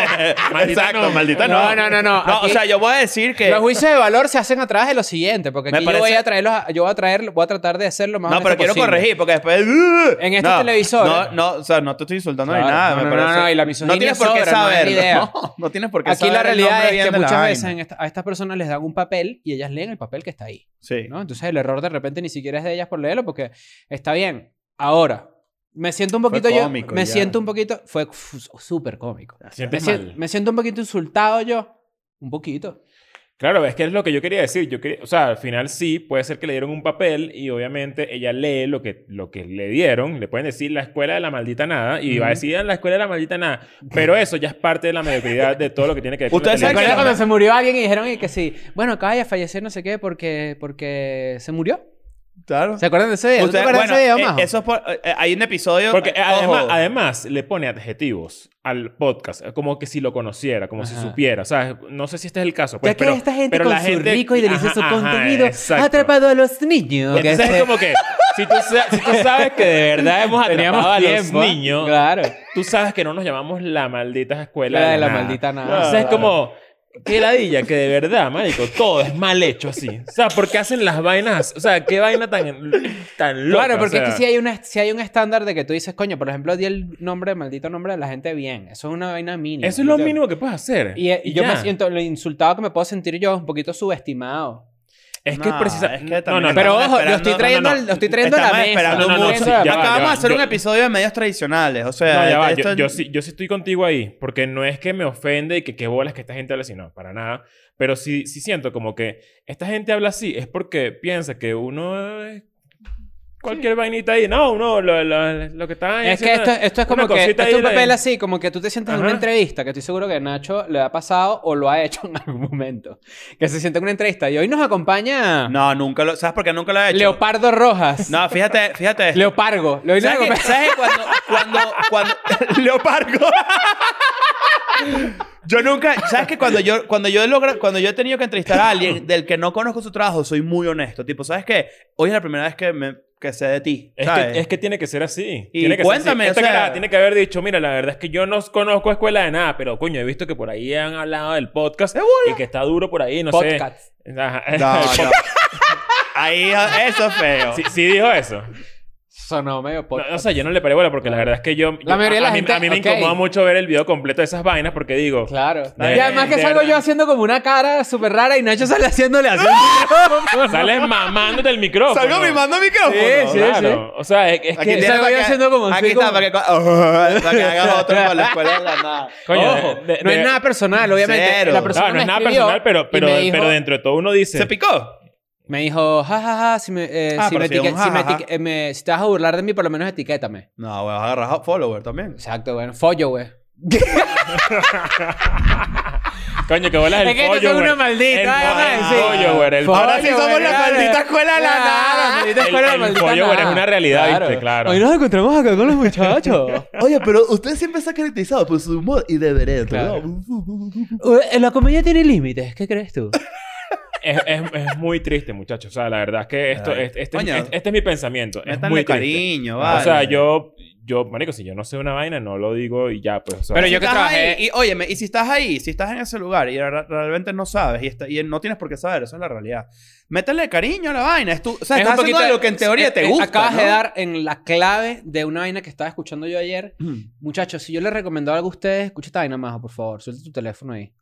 Speaker 2: Maldita
Speaker 3: Exacto,
Speaker 2: no.
Speaker 3: maldita no.
Speaker 4: No, no, no, no.
Speaker 3: No, o
Speaker 4: Aquí-
Speaker 3: sea, yo voy a decir que.
Speaker 4: Los juicios de valor se hacen a través de lo siguiente, porque
Speaker 3: Me
Speaker 4: aquí yo
Speaker 3: parece-
Speaker 4: voy a traerlos, a- yo voy a traer, voy a tratar de hacerlo más
Speaker 3: No, pero
Speaker 4: honesto
Speaker 3: quiero
Speaker 4: posible.
Speaker 3: corregir, porque después. ¡uh!
Speaker 4: En estos
Speaker 3: No,
Speaker 4: televisores.
Speaker 3: No, no, o sea, no te estoy insultando ni
Speaker 4: Claro,
Speaker 3: nada.
Speaker 4: no,
Speaker 3: me
Speaker 4: no, no,
Speaker 3: parece-
Speaker 4: no, y la misoginia
Speaker 3: No tienes por qué
Speaker 4: sobra, no es ni idea.
Speaker 3: saber. No, no tienes por qué
Speaker 4: Aquí
Speaker 3: saber.
Speaker 4: la
Speaker 3: el
Speaker 4: realidad
Speaker 3: nombre bien
Speaker 4: es
Speaker 3: de
Speaker 4: que
Speaker 3: la
Speaker 4: muchas
Speaker 3: vaina.
Speaker 4: veces en esta- a estas personas les dan un papel y ellas leen el papel que está ahí.
Speaker 3: Sí.
Speaker 4: ¿no? Entonces el error de repente ni siquiera es de ellas por leerlo porque está bien. Ahora, me siento un
Speaker 3: Fue
Speaker 4: poquito
Speaker 3: cómico,
Speaker 4: yo, me
Speaker 3: ya.
Speaker 4: siento un poquito, fue f- súper cómico. Me,
Speaker 2: Sientes
Speaker 4: si-
Speaker 2: mal.
Speaker 4: me siento un poquito insultado yo, un poquito.
Speaker 2: Claro, es que es lo que yo quería decir. Yo quería, o sea, al final sí, puede ser que le dieron un papel y obviamente ella lee lo que, lo que le dieron. Le pueden decir la escuela de la maldita nada y va a
Speaker 4: Ujú.
Speaker 2: decir "Ah, la escuela de la maldita nada. Pero eso ya es parte de la mediocridad de todo lo que tiene que ver con la
Speaker 3: Ustedes
Speaker 4: ¿Te
Speaker 3: saben
Speaker 2: televisión.
Speaker 4: acuerdas
Speaker 3: que
Speaker 4: cuando
Speaker 3: los-
Speaker 4: se murió alguien y dijeron y que sí, bueno, acaba de fallecer no sé qué porque porque se murió?
Speaker 3: Claro.
Speaker 4: ¿Se acuerdan de ese video? ¿Tú te
Speaker 3: Ustedes-
Speaker 4: acuerdas
Speaker 3: bueno,
Speaker 4: de ese video,
Speaker 3: eh,
Speaker 4: Majo?
Speaker 3: eso es por- eh, eh, hay un episodio.
Speaker 2: Porque
Speaker 3: eh,
Speaker 2: además,
Speaker 3: ojo.
Speaker 2: además le pone adjetivos al podcast, como que si lo conociera, como si
Speaker 4: Ajá.
Speaker 2: supiera. ¿sabes? No sé si este es el caso. Pues,
Speaker 4: ya que
Speaker 2: pero,
Speaker 4: esta gente
Speaker 2: pero
Speaker 4: con
Speaker 2: la
Speaker 4: su
Speaker 2: gente-
Speaker 4: rico y
Speaker 2: Ajá,
Speaker 4: delicioso
Speaker 2: ajá,
Speaker 4: contenido ha
Speaker 2: exacto.
Speaker 4: atrapado a los niños. que
Speaker 2: Entonces
Speaker 4: se-
Speaker 2: es como que, si tú, sa- si tú sabes que de verdad
Speaker 4: (laughs)
Speaker 2: hemos
Speaker 4: Teníamos
Speaker 2: atrapado a los
Speaker 4: tiempo, ¿eh?
Speaker 2: niños,
Speaker 4: Claro.
Speaker 2: tú sabes que no nos llamamos la maldita escuela
Speaker 4: La de la
Speaker 2: nada.
Speaker 4: maldita nada.
Speaker 2: O sea, es
Speaker 3: Claro.
Speaker 2: como qué ladilla que de verdad, marico, todo es mal hecho así. O sea, ¿por qué hacen las vainas? O sea, qué vaina tan tan loca.
Speaker 4: claro, porque
Speaker 2: o sea.
Speaker 4: es que si hay, una, si hay un estándar de que tú dices, coño, por ejemplo, di el nombre, maldito nombre de la gente bien. Eso es una vaina mínima.
Speaker 2: eso es lo mínimo que puedes hacer.
Speaker 4: Y, y yo
Speaker 2: ya.
Speaker 4: me siento, lo insultado que me puedo sentir yo, un poquito subestimado.
Speaker 2: es que
Speaker 3: No,
Speaker 2: precisa-
Speaker 3: es que
Speaker 2: no,
Speaker 3: también
Speaker 2: no, no.
Speaker 4: Pero
Speaker 3: estamos
Speaker 4: ojo, lo
Speaker 3: esperando-
Speaker 4: estoy
Speaker 3: no,
Speaker 4: trayendo,
Speaker 3: no, no.
Speaker 4: al- lo estoy trayendo a la
Speaker 3: Estamos
Speaker 4: mesa.
Speaker 3: esperando
Speaker 4: lo estoy
Speaker 2: mucho.
Speaker 4: trayendo a la
Speaker 2: Ya va,
Speaker 4: mesa.
Speaker 3: Acabamos
Speaker 2: ya va.
Speaker 3: de hacer
Speaker 2: Yo-
Speaker 3: un episodio de medios tradicionales. O sea,
Speaker 2: No, ya va,
Speaker 3: esto-
Speaker 2: Yo, yo sí, yo sí estoy contigo ahí, porque no es que me ofende y que qué bolas que esta gente habla así, no, para nada. Pero sí, sí siento como que esta gente habla así, es porque piensa que uno es cualquier vainita ahí. No, uno, lo, lo- lo que está ahí
Speaker 4: Es que
Speaker 2: haciendo-
Speaker 4: esto, esto es como
Speaker 2: una
Speaker 4: que
Speaker 2: cosita
Speaker 4: esto
Speaker 2: ahí
Speaker 4: es un
Speaker 2: de-
Speaker 4: papel así, como que tú te sientas en una
Speaker 2: Ajá.
Speaker 4: entrevista, que estoy seguro que Nacho le ha pasado o lo ha hecho en (laughs) algún momento. Que se sienta en una entrevista y hoy nos acompaña
Speaker 3: No, nunca lo. ¿Sabes por qué nunca lo he hecho?
Speaker 4: Leopardo Rojas.
Speaker 3: No, fíjate, fíjate. esto.
Speaker 4: Leopargo. Lo hoy nos
Speaker 3: ¿Sabes, qué?
Speaker 4: acompaña-
Speaker 3: ¿Sabes qué? cuando, cuando, cuando... Leopardo. yo nunca... ¿Sabes que cuando yo, cuando, yo logra, cuando yo he tenido que entrevistar a alguien del que no conozco su trabajo, soy muy honesto. Tipo, ¿sabes qué? Hoy es la primera vez que, me, que sé de ti.
Speaker 2: Es
Speaker 3: ¿sabes?
Speaker 2: que, es que tiene que ser así.
Speaker 3: Y
Speaker 2: tiene que
Speaker 3: cuéntame,
Speaker 2: ser así. Esta
Speaker 3: o sea-
Speaker 2: cara tiene que haber dicho, mira, la verdad es que yo no conozco escuela de nada, pero coño, he visto que por ahí han hablado del podcast y que está duro por ahí, no
Speaker 4: Podcast.
Speaker 2: sé. Ajá. (laughs)
Speaker 3: No, no. Ahí, eso es feo.
Speaker 2: Sí, sí dijo eso.
Speaker 4: Sonó medio
Speaker 2: No,
Speaker 4: podcast.
Speaker 2: o sea, yo no le paré bola porque la verdad es que yo... yo-
Speaker 4: La mayoría de
Speaker 2: a,
Speaker 4: la
Speaker 2: a mí-
Speaker 4: gente-
Speaker 2: a mí me
Speaker 4: ok.
Speaker 2: incomoda mucho ver el video completo de esas vainas porque digo...
Speaker 4: Claro.
Speaker 2: De-
Speaker 4: y además que
Speaker 2: de
Speaker 4: salgo
Speaker 2: verdad.
Speaker 4: yo haciendo como una cara súper rara y Nacho sale haciéndole
Speaker 2: (laughs)
Speaker 4: así.
Speaker 2: (laughs) Sales mamándote el micrófono.
Speaker 3: Salgo mimando el micrófono.
Speaker 4: Sí, sí.
Speaker 2: Claro. O sea, es, es
Speaker 3: Aquí
Speaker 2: que...
Speaker 4: tiene-
Speaker 3: está,
Speaker 4: salgo yo
Speaker 3: para que-
Speaker 4: haciendo como
Speaker 3: Aquí
Speaker 4: así,
Speaker 3: está,
Speaker 4: como-
Speaker 3: para que... (laughs) para que hagas otro con la escuela de la nada.
Speaker 2: coño,
Speaker 4: Ojo,
Speaker 2: de- de-
Speaker 4: no
Speaker 2: de-
Speaker 4: es nada personal, obviamente.
Speaker 3: Cero.
Speaker 4: La
Speaker 2: No,
Speaker 4: persona
Speaker 2: no
Speaker 4: me
Speaker 2: es nada
Speaker 4: escribió
Speaker 2: personal, pero,
Speaker 4: y
Speaker 2: pero,
Speaker 4: me dijo-
Speaker 2: pero dentro de todo uno dice...
Speaker 3: ¿Se picó?
Speaker 4: Me dijo, jajaja, si, me, eh,
Speaker 3: Ah,
Speaker 4: si, me,
Speaker 3: pero si un
Speaker 4: etiquet- si me
Speaker 3: jajaja.
Speaker 4: etiquet- eh, me- si te vas a burlar de mí, por lo menos etiquétame.
Speaker 3: No, vas a agarrar a follower también.
Speaker 4: Exacto, bueno, follo, güey.
Speaker 2: Coño, que bolas el
Speaker 4: Es que
Speaker 2: follower.
Speaker 4: tú eres una maldita,
Speaker 2: El, fo-
Speaker 4: además, sí.
Speaker 2: el follower. El
Speaker 4: Follower.
Speaker 2: follower.
Speaker 3: Ahora sí somos la
Speaker 4: Claro.
Speaker 3: maldita escuela de la
Speaker 4: Claro,
Speaker 3: nada.
Speaker 4: maldita
Speaker 2: El-
Speaker 4: escuela,
Speaker 2: el
Speaker 4: maldita
Speaker 2: follower es
Speaker 4: nada.
Speaker 2: una realidad, ¿viste? Claro.
Speaker 4: Hoy nos encontramos acá con los (laughs) muchachos.
Speaker 3: Oye, pero usted siempre está caracterizado por su humor y deberes.
Speaker 4: Claro. Eh, La comedia tiene límites, ¿qué crees (laughs) tú?
Speaker 2: Es, es- es muy triste, muchachos. O sea, la verdad es que esto,
Speaker 3: Ay.
Speaker 2: este, este-
Speaker 3: Coño.
Speaker 2: este es mi pensamiento. Es
Speaker 3: Métanle
Speaker 2: muy triste.
Speaker 3: cariño, vale.
Speaker 2: O sea, yo, yo, marico, si yo no sé una vaina, no lo digo y ya, pues. o sea,
Speaker 4: Pero
Speaker 3: Si
Speaker 4: yo que
Speaker 3: estás
Speaker 4: trabajé-
Speaker 3: ahí, y óyeme, y si estás ahí, si estás en ese lugar y re- realmente no sabes y, está- y no tienes por qué saber, esa es la realidad. Métele cariño a la vaina. Es tu, o sea,
Speaker 4: Es
Speaker 3: estás
Speaker 4: un poquito
Speaker 3: haciendo lo que en teoría
Speaker 4: eh,
Speaker 3: te
Speaker 4: eh,
Speaker 3: gusta.
Speaker 4: Acabas de
Speaker 3: ¿no? (clears throat)
Speaker 4: dar en la clave de una vaina que estaba escuchando yo ayer. Muchachos, si yo les recomendaba algo a ustedes, escucha esta vaina, Majo, por favor. Suelta tu teléfono ahí.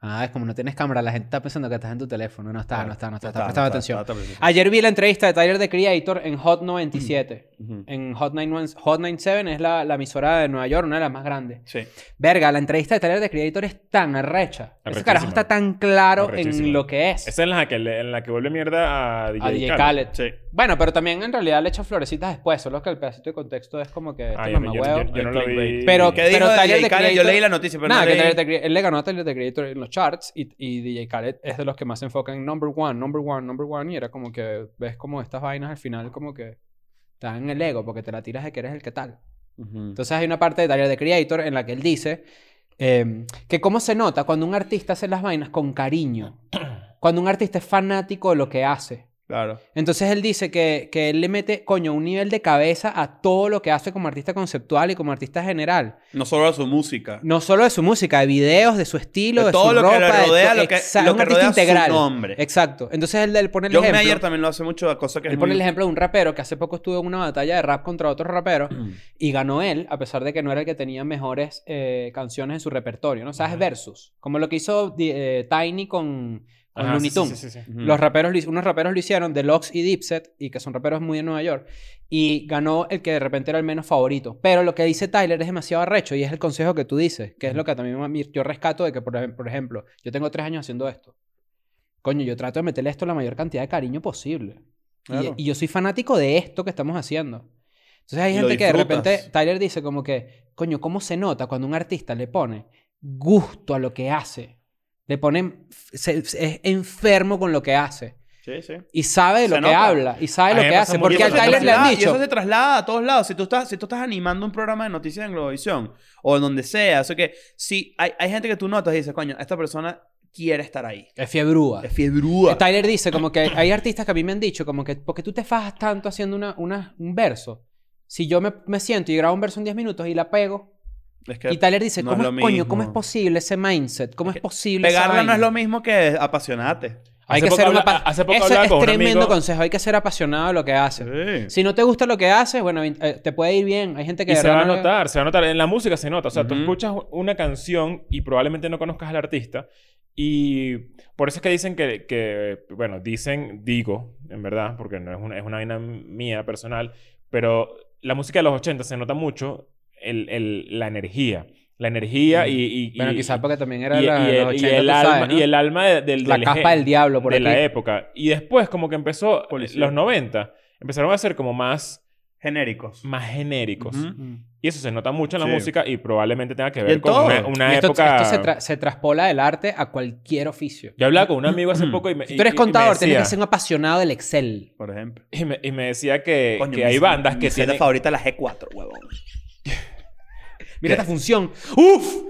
Speaker 4: Ah, es como no tienes cámara, la gente está pensando que estás en tu teléfono. No está, no está, no está. Está prestando atención. Ayer vi la entrevista de Tyler, The Creator,
Speaker 2: (clears throat)
Speaker 4: en Hot 97.
Speaker 3: Ujú.
Speaker 4: En Hot, 91 Hot 97 es la, la emisora de Nueva York, una de las más grandes.
Speaker 3: Sí.
Speaker 4: Verga, la entrevista de Tyler, The Creator es tan arrecha. Ese carajo
Speaker 2: Arrechísima.
Speaker 4: está tan claro en
Speaker 2: Arrechísima.
Speaker 4: lo que es.
Speaker 2: Esa es la que, le- en la que vuelve mierda a DJ,
Speaker 4: a DJ
Speaker 2: Khaled.
Speaker 4: Khaled.
Speaker 3: Sí.
Speaker 4: Bueno, pero también en realidad le echa florecitas después, solo que el pedacito de contexto es como que este
Speaker 2: Ah, yo, no- yo-
Speaker 4: mamahuevo.
Speaker 2: yo- yo no
Speaker 3: el
Speaker 2: lo vi.
Speaker 3: clickbait.
Speaker 4: Pero-
Speaker 3: ¿Qué dijo de
Speaker 4: Tyler,
Speaker 3: DJ
Speaker 4: The
Speaker 3: Khaled? Yo
Speaker 4: Creator-
Speaker 3: leí la noticia, pero
Speaker 4: Nada,
Speaker 3: no
Speaker 4: que
Speaker 3: leí.
Speaker 4: Tyler, The Creator- él le ganó a Tyler The Creator en los charts y, y DJ Khaled es de los que más se enfocan en number one, number one, number one. Y era como que ves como estas vainas al final como que están en el ego porque te la tiras de que eres el que tal. Entonces hay una parte de Tyler, The Creator, en la que él dice eh, que cómo se nota cuando un artista hace las vainas
Speaker 3: (clears throat)
Speaker 4: con cariño. Cuando un artista es fanático de lo que hace.
Speaker 3: Claro.
Speaker 4: Entonces él dice que, que él le mete, coño, un nivel de cabeza a todo lo que hace como artista conceptual y como artista general.
Speaker 3: No solo a su música.
Speaker 4: No solo de su música, de videos, de su estilo, de,
Speaker 3: De todo
Speaker 4: su
Speaker 3: lo que le
Speaker 4: ropa, de
Speaker 3: rodea,
Speaker 4: to-
Speaker 3: lo que-
Speaker 4: exa-
Speaker 3: lo
Speaker 4: un
Speaker 3: que
Speaker 4: artista
Speaker 3: rodea su
Speaker 4: integral.
Speaker 3: nombre.
Speaker 4: Exacto. Entonces él, él pone el
Speaker 3: John
Speaker 4: ejemplo.
Speaker 3: Mayer también lo hace mucho, cosa que
Speaker 4: Él
Speaker 3: es
Speaker 4: pone
Speaker 3: muy...
Speaker 4: el ejemplo de un rapero que hace poco estuvo en una batalla de rap contra otro rapero
Speaker 3: Mm.
Speaker 4: y ganó él, a pesar de que no era el que tenía mejores eh, canciones en su repertorio, ¿no? O sea, es versus. Como lo que hizo eh, Tiny con, con
Speaker 2: Ajá,
Speaker 4: Looney
Speaker 2: sí,
Speaker 4: Tunes.
Speaker 2: sí, sí, sí, sí.
Speaker 3: Ujú.
Speaker 4: Los raperos, lo hic- unos raperos lo hicieron, Deluxe y Dipset, y que son raperos muy de Nueva York. Y ganó el que de repente era el menos favorito. Pero lo que dice Tyler es demasiado arrecho y es el consejo que tú dices, que es lo que también a mí- yo rescato de que, por, ejem- por ejemplo, yo tengo tres años haciendo esto. Coño, yo trato de meterle esto la mayor cantidad de cariño posible. Y-
Speaker 3: Claro.
Speaker 4: Y, yo soy fanático de esto que estamos haciendo. Entonces hay
Speaker 3: Y lo
Speaker 4: gente que de repente
Speaker 3: disfrutas.
Speaker 4: Tyler dice como que, coño, ¿cómo se nota cuando un artista le pone gusto a lo que hace? Le pone, se- se- es enfermo con lo que hace.
Speaker 3: Sí, sí.
Speaker 4: Y sabe de
Speaker 3: Se
Speaker 4: lo que
Speaker 3: nota.
Speaker 4: habla. Y sabe
Speaker 2: A
Speaker 4: lo
Speaker 2: mí me
Speaker 4: que
Speaker 2: pasa
Speaker 4: hace.
Speaker 2: mucho
Speaker 4: Porque
Speaker 2: eso
Speaker 4: al
Speaker 2: también.
Speaker 4: Tyler le han
Speaker 3: Ah, Y
Speaker 4: dicho.
Speaker 3: eso se traslada a todos lados. Si tú estás, si tú estás animando un programa de noticias en Globovisión o en donde sea, eso que si hay, hay gente que tú notas y dices, coño, esta persona quiere estar ahí.
Speaker 4: Es fiebrúa.
Speaker 3: Es fiebrúa.
Speaker 4: Tyler dice como que hay artistas que a mí me han dicho como que porque tú te fajas tanto haciendo una, una- un verso. Si yo me, me siento y grabo un verso en 10 minutos y la pego.
Speaker 3: Es que
Speaker 4: Y Tyler dice,
Speaker 3: no es
Speaker 4: ¿cómo,
Speaker 3: lo
Speaker 4: es, coño, ¿cómo es
Speaker 3: mismo.
Speaker 4: posible ese mindset? ¿Cómo
Speaker 3: Es
Speaker 4: es,
Speaker 3: que
Speaker 4: posible esa
Speaker 3: pegarla no
Speaker 4: vaina?
Speaker 3: es lo mismo que apasionarte.
Speaker 4: Hay
Speaker 2: Hace
Speaker 4: que
Speaker 2: poco
Speaker 4: ser una
Speaker 2: habla-
Speaker 4: pa-
Speaker 2: hace poco
Speaker 4: Eso
Speaker 2: hablaba
Speaker 4: es
Speaker 2: con un
Speaker 4: tremendo
Speaker 2: amigo-
Speaker 4: consejo. Hay que ser apasionado de lo que hace.
Speaker 3: Sí.
Speaker 4: Si no te gusta lo que haces, bueno, eh, te puede ir bien. Hay gente que
Speaker 2: Y
Speaker 4: de
Speaker 2: se va
Speaker 4: verdad
Speaker 2: a
Speaker 4: no-
Speaker 2: notar, se va a notar. En la música se nota. O sea, tú
Speaker 3: Ujú.
Speaker 2: escuchas una canción y probablemente no conozcas al artista. Y por eso es que dicen que, que, bueno, dicen, digo, en verdad, porque no es una, es una vaina mía personal, pero la música de los 80 se nota mucho el, el- la energía. La energía y, y- y-
Speaker 4: Bueno, quizás porque también era
Speaker 2: y,
Speaker 4: la,
Speaker 2: y el,
Speaker 4: los
Speaker 2: y
Speaker 4: 80,
Speaker 2: el
Speaker 4: tú
Speaker 2: alma,
Speaker 4: sabes, ¿no?
Speaker 2: y el alma de- del-
Speaker 4: La
Speaker 2: del
Speaker 4: capa
Speaker 2: eje-
Speaker 4: del diablo, por
Speaker 2: de
Speaker 4: aquí.
Speaker 2: la época. Y después, como que empezó
Speaker 3: Policía.
Speaker 2: los 90, empezaron a ser como más,
Speaker 3: Genéricos.
Speaker 2: más genéricos.
Speaker 3: Ujú.
Speaker 4: Mm.
Speaker 2: Y eso se nota mucho en la
Speaker 3: Sí.
Speaker 2: música y probablemente tenga que
Speaker 3: Y en
Speaker 2: ver con
Speaker 3: todo.
Speaker 2: una, una
Speaker 4: Y esto,
Speaker 2: época.
Speaker 4: esto se, tra- se traspola del arte a cualquier oficio.
Speaker 2: Yo hablaba con un amigo hace poco y me.
Speaker 4: Si
Speaker 2: y-
Speaker 4: tú eres
Speaker 2: y-
Speaker 4: contador,
Speaker 2: y me
Speaker 4: tienes que
Speaker 2: decía,
Speaker 4: ser un apasionado del Excel.
Speaker 3: Por ejemplo.
Speaker 2: y me, y me decía que,
Speaker 3: Coño,
Speaker 2: que
Speaker 3: mi-
Speaker 2: hay bandas
Speaker 3: mi
Speaker 2: que
Speaker 3: celda
Speaker 2: tienen.
Speaker 3: favorita es la G4, huevón.
Speaker 4: Mira esta función. ¡Uf!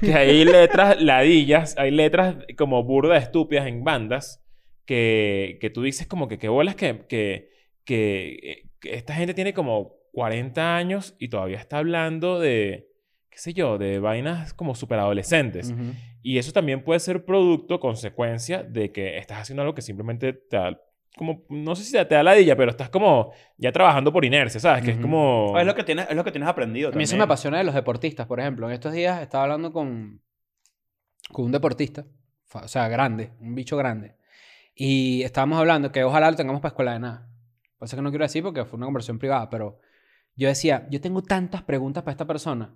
Speaker 2: Que hay letras ladillas, hay letras como burdas estúpidas en bandas que, que tú dices como que qué bolas que, que, que, que esta gente tiene como 40 años y todavía está hablando de, qué sé yo, de vainas como superadolescentes.
Speaker 4: Ujú.
Speaker 2: Y eso también puede ser producto, consecuencia de que estás haciendo algo que simplemente te da, como, no sé si te da ladilla, pero estás como ya trabajando por inercia, ¿sabes? Que es
Speaker 4: Ujú.
Speaker 2: como...
Speaker 3: Es lo que tienes, es lo que tienes aprendido
Speaker 4: A mí
Speaker 3: también.
Speaker 4: eso me apasiona de los deportistas, por ejemplo. En estos días estaba hablando con, con un deportista, fa- o sea, grande, un bicho grande. Y estábamos hablando que ojalá lo tengamos para escuela de nada. Pasa que no quiero decir porque fue una conversación privada, pero yo decía, yo tengo tantas preguntas para esta persona.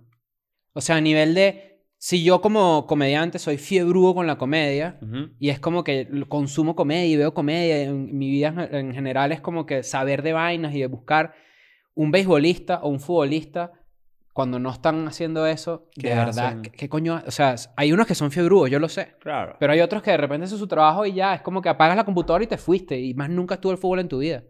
Speaker 4: O sea, a nivel de, si yo como comediante soy fiebrudo con la comedia
Speaker 3: Ujú.
Speaker 4: y es como que l- consumo comedia y veo comedia, en, mi vida en- en general es como que saber de vainas y de buscar un beisbolista o un futbolista cuando no están haciendo eso,
Speaker 3: ¿Qué
Speaker 4: de verdad,
Speaker 3: hacen?
Speaker 4: ¿qué, qué coño? ha- O sea, hay unos que son fiebrudos, yo lo sé.
Speaker 3: Claro.
Speaker 4: Pero hay otros que de repente hacen su trabajo y ya, es como que apagas la computadora y te fuiste y más nunca estuvo el fútbol en tu vida.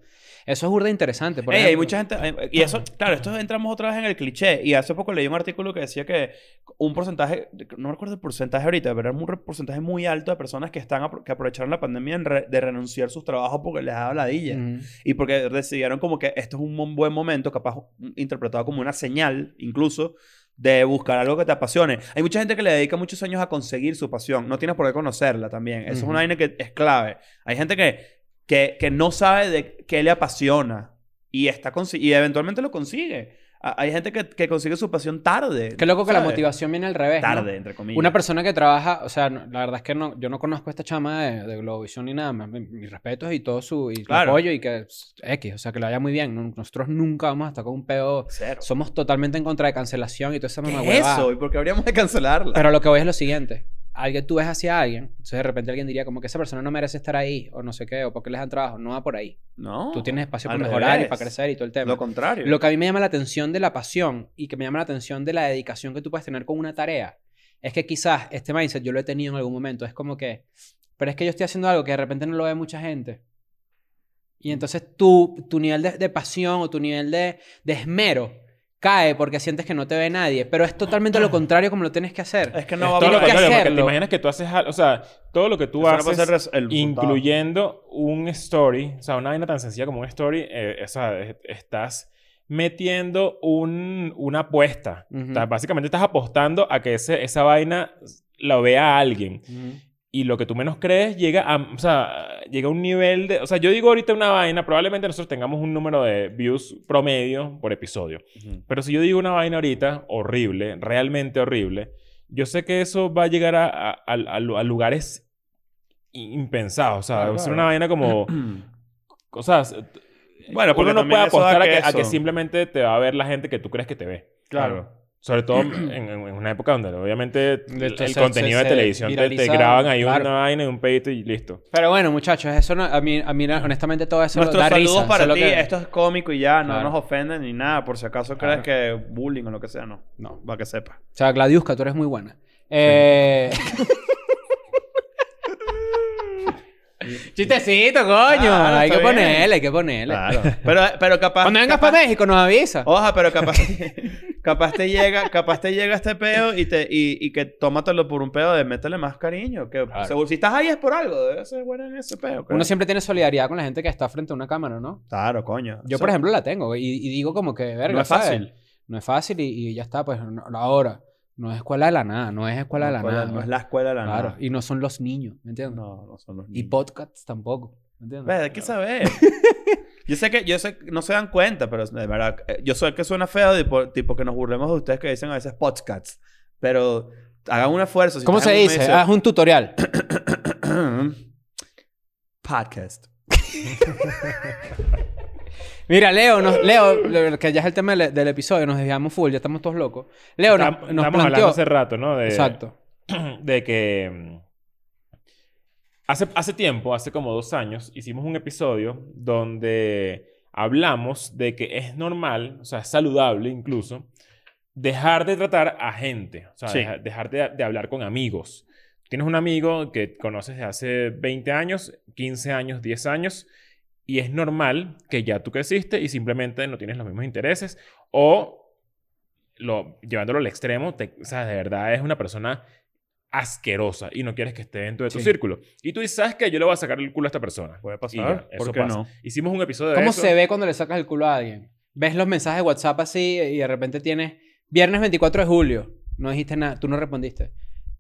Speaker 4: Eso es burda interesante. por
Speaker 3: Ey, hay
Speaker 4: ejemplo.
Speaker 3: mucha gente. hay- Y eso, claro, esto entramos otra vez en el cliché. Y hace poco leí un artículo que decía que un porcentaje, no recuerdo el porcentaje ahorita, pero era un re- porcentaje muy alto de personas que, están, apro- que aprovecharon la pandemia en re- de renunciar sus trabajos porque les daba ladilla.
Speaker 4: Ujú.
Speaker 3: Y porque decidieron como que esto es un mon- buen momento, capaz mm, interpretado como una señal, incluso, de buscar algo que te apasione. Hay mucha gente que le dedica muchos años a conseguir su pasión. No tienes por qué conocerla también. Eso es
Speaker 4: Ujú.
Speaker 3: una vaina que es clave. Hay gente que, que, que no sabe de qué le apasiona y, está consi- y eventualmente lo consigue. A- Hay gente que, que consigue su pasión tarde.
Speaker 4: Qué loco que la
Speaker 3: ¿sabes?
Speaker 4: motivación viene al revés. ¿no?
Speaker 3: Tarde, entre comillas.
Speaker 4: Una persona que trabaja, o sea, no- la verdad es que no, yo no conozco a esta chama de, de Globovisión ni nada más. mi- Mis respetos y todo su y su
Speaker 3: Claro.
Speaker 4: apoyo y que pues, X, o sea, que le vaya muy bien. No- Nosotros nunca vamos a estar con un pedo.
Speaker 3: Cero.
Speaker 4: Somos totalmente en contra de cancelación y toda esa mamá
Speaker 3: ¿Qué es eso? ¿Y por qué habríamos de cancelarla?
Speaker 4: Pero lo que voy es lo siguiente. Alguien, tú ves hacia alguien, entonces de repente alguien diría como que esa persona no merece estar ahí o no sé qué, o porque les dan trabajo. No va por ahí.
Speaker 3: no.
Speaker 4: Tú tienes espacio para
Speaker 3: al
Speaker 4: mejorar y
Speaker 3: revés.
Speaker 4: para crecer y todo el tema.
Speaker 3: Lo contrario.
Speaker 4: Lo que a mí me llama la atención de la pasión y que me llama la atención de la dedicación que tú puedes tener con una tarea es que quizás este mindset yo lo he tenido en algún momento. Es como que, pero es que yo estoy haciendo algo que de repente no lo ve mucha gente. Y entonces tú, tu nivel de, de pasión o tu nivel de, de esmero cae porque sientes que no te ve nadie. Pero es totalmente lo contrario como lo tienes que hacer.
Speaker 3: Es que
Speaker 2: Es
Speaker 3: no va
Speaker 2: todo
Speaker 3: por
Speaker 2: lo
Speaker 3: ahí.
Speaker 2: contrario, porque te
Speaker 4: hacerlo.
Speaker 2: imaginas que tú haces al- O sea, todo lo que tú
Speaker 3: Eso no va a
Speaker 2: haces...
Speaker 3: ser res- el resultado.
Speaker 2: incluyendo un story, o sea, una vaina tan sencilla como un story, eh, o sea, es- estás metiendo un, una apuesta.
Speaker 4: Ujú.
Speaker 2: O sea, básicamente estás apostando a que ese, esa vaina la vea alguien.
Speaker 3: Mm.
Speaker 4: Ujú.
Speaker 2: Y lo que tú menos crees llega a, o sea, llega a un nivel de... O sea, yo digo ahorita una vaina, probablemente nosotros tengamos un número de views promedio por episodio.
Speaker 3: Ujú.
Speaker 2: Pero si yo digo una vaina ahorita horrible, realmente horrible, yo sé que eso va a llegar a, a- a- a lu- a lugares impensados. O sea,
Speaker 3: Claro,
Speaker 2: va a ser
Speaker 3: claro.
Speaker 2: una vaina como... o sea, s-
Speaker 3: Bueno, porque
Speaker 2: uno no
Speaker 3: también
Speaker 2: puede
Speaker 3: eso da
Speaker 2: apostar a que, a
Speaker 3: queso.
Speaker 2: que simplemente te va a ver la gente que tú crees que te ve.
Speaker 3: Claro.
Speaker 2: Sobre todo en, en- en una época donde obviamente el,
Speaker 4: hecho,
Speaker 2: el
Speaker 4: se-
Speaker 2: contenido
Speaker 4: se-
Speaker 2: de
Speaker 4: se
Speaker 2: televisión te- te,
Speaker 4: viraliza,
Speaker 2: graban ahí
Speaker 4: claro.
Speaker 2: una vaina y un pedito y listo.
Speaker 4: Pero bueno, muchachos, eso no- a mí, a mí honestamente todo eso
Speaker 3: Nuestros
Speaker 4: da
Speaker 3: saludos
Speaker 4: risa.
Speaker 3: para
Speaker 4: solo
Speaker 3: ti.
Speaker 4: que-
Speaker 3: Esto es cómico y ya, no
Speaker 4: Claro.
Speaker 3: nos ofenden ni nada. Por si acaso
Speaker 4: Claro.
Speaker 3: crees que bullying o lo que sea, no.
Speaker 4: No.
Speaker 3: Para que sepa.
Speaker 4: O sea, Gladiuska, tú eres muy buena. Eh... (laughs) Chistecito, coño.
Speaker 3: Claro,
Speaker 4: hay que
Speaker 3: está bien.
Speaker 4: ponerle, hay que ponerle.
Speaker 3: Claro. pero, pero capaz.
Speaker 4: Cuando vengas
Speaker 3: capaz-
Speaker 4: para México nos avisa.
Speaker 3: Oja, pero capaz. capaz te (laughs) llega, capaz te llega este peo y te y, y que tómatelo por un peo de métele más cariño. Que
Speaker 2: Claro.
Speaker 3: seguro si estás ahí es por algo. Debe ser bueno en ese peo. creo.
Speaker 4: Uno siempre tiene solidaridad con la gente que está frente a una cámara, ¿no?
Speaker 3: Claro, coño.
Speaker 4: Yo,
Speaker 3: O sea,
Speaker 4: por ejemplo, la tengo y, y digo como que, verga,
Speaker 3: no es
Speaker 4: ¿sabes?
Speaker 3: fácil.
Speaker 4: No es fácil y, y ya está, pues no- ahora. No es escuela de la nada, no es escuela de la
Speaker 3: no,
Speaker 4: nada.
Speaker 3: no es la escuela de la
Speaker 4: claro,
Speaker 3: nada.
Speaker 4: y no son los niños, ¿me entiendes?
Speaker 3: No, no son los
Speaker 4: Y
Speaker 3: niños.
Speaker 4: podcasts tampoco, ¿me (laughs) entiendes?
Speaker 3: Ve, hay que saber. (laughs) yo sé que, yo sé, que no se dan cuenta, pero de verdad, eh, yo sé que suena feo, tipo, tipo que nos burlemos de ustedes que dicen a veces podcasts, pero hagan un esfuerzo. Si
Speaker 4: ¿Cómo
Speaker 3: estás en
Speaker 4: se
Speaker 3: un
Speaker 4: dice? Ah.
Speaker 3: medio-
Speaker 4: Haz un tutorial.
Speaker 3: (clears throat) Podcast.
Speaker 4: Mira, Leo, nos- Leo, le- que ya es el tema del, del episodio, nos desviamos full, ya estamos todos locos. Leo nos,
Speaker 2: Estam-
Speaker 4: nos
Speaker 2: Estábamos hablando
Speaker 4: planteó...
Speaker 2: hace rato, ¿no? De,
Speaker 4: Exacto.
Speaker 2: de que mm, hace, hace tiempo, hace como dos años, hicimos un episodio donde hablamos de que es normal, o sea, es saludable incluso, dejar de tratar a gente, o sea,
Speaker 3: Sí.
Speaker 2: deja- dejar de, de hablar con amigos. Tienes un amigo que conoces de hace 20 años, 15 años, 10 años, y es normal que ya tú creciste y simplemente no tienes los mismos intereses o... Lo, llevándolo al extremo, te- o sea, de verdad es una persona asquerosa y no quieres que esté dentro de tu
Speaker 4: Sí.
Speaker 2: círculo. Y tú dices, ¿sabes qué? Yo le voy a sacar el culo a esta persona.
Speaker 3: Puede
Speaker 2: Y ya,
Speaker 3: pasar.
Speaker 2: eso
Speaker 3: ¿Por qué
Speaker 2: pasa.
Speaker 3: no?
Speaker 2: Hicimos un episodio de
Speaker 4: ¿Cómo
Speaker 2: eso.
Speaker 4: se ve cuando le sacas el culo a alguien? ¿Ves los mensajes de WhatsApp así y de repente tienes... Viernes 24 de julio, no dijiste nada, tú no respondiste.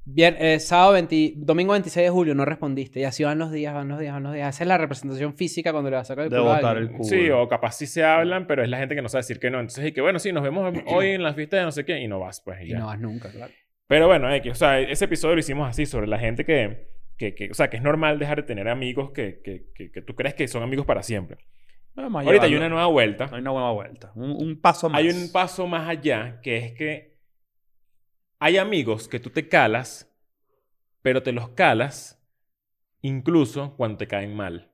Speaker 4: Vier- eh, sábado 20 domingo 26 de julio, no respondiste. Y así van los días, van los días, van los días. Esa es la representación física cuando le vas a sacar el
Speaker 3: De
Speaker 4: culo a
Speaker 3: botar
Speaker 4: alguien.
Speaker 3: el culo.
Speaker 2: Sí, o capaz sí se hablan, pero es la gente que no sabe decir que no. Entonces, y que bueno, sí, nos vemos hoy en la fiesta de no sé qué y no vas, pues. y
Speaker 4: Y
Speaker 2: ya.
Speaker 4: no vas nunca, claro.
Speaker 2: Pero bueno, X, o sea, ese episodio lo hicimos así, sobre la gente que, que, que- o sea, que es normal dejar de tener amigos que, que, que, que tú crees que son amigos para siempre.
Speaker 3: Vamos a
Speaker 2: Ahorita hay
Speaker 3: llevarlo.
Speaker 2: una nueva vuelta.
Speaker 3: Hay una nueva vuelta. Un, un paso más.
Speaker 2: Hay un paso más allá, que es que hay amigos que tú te calas, pero te los calas incluso cuando te caen mal.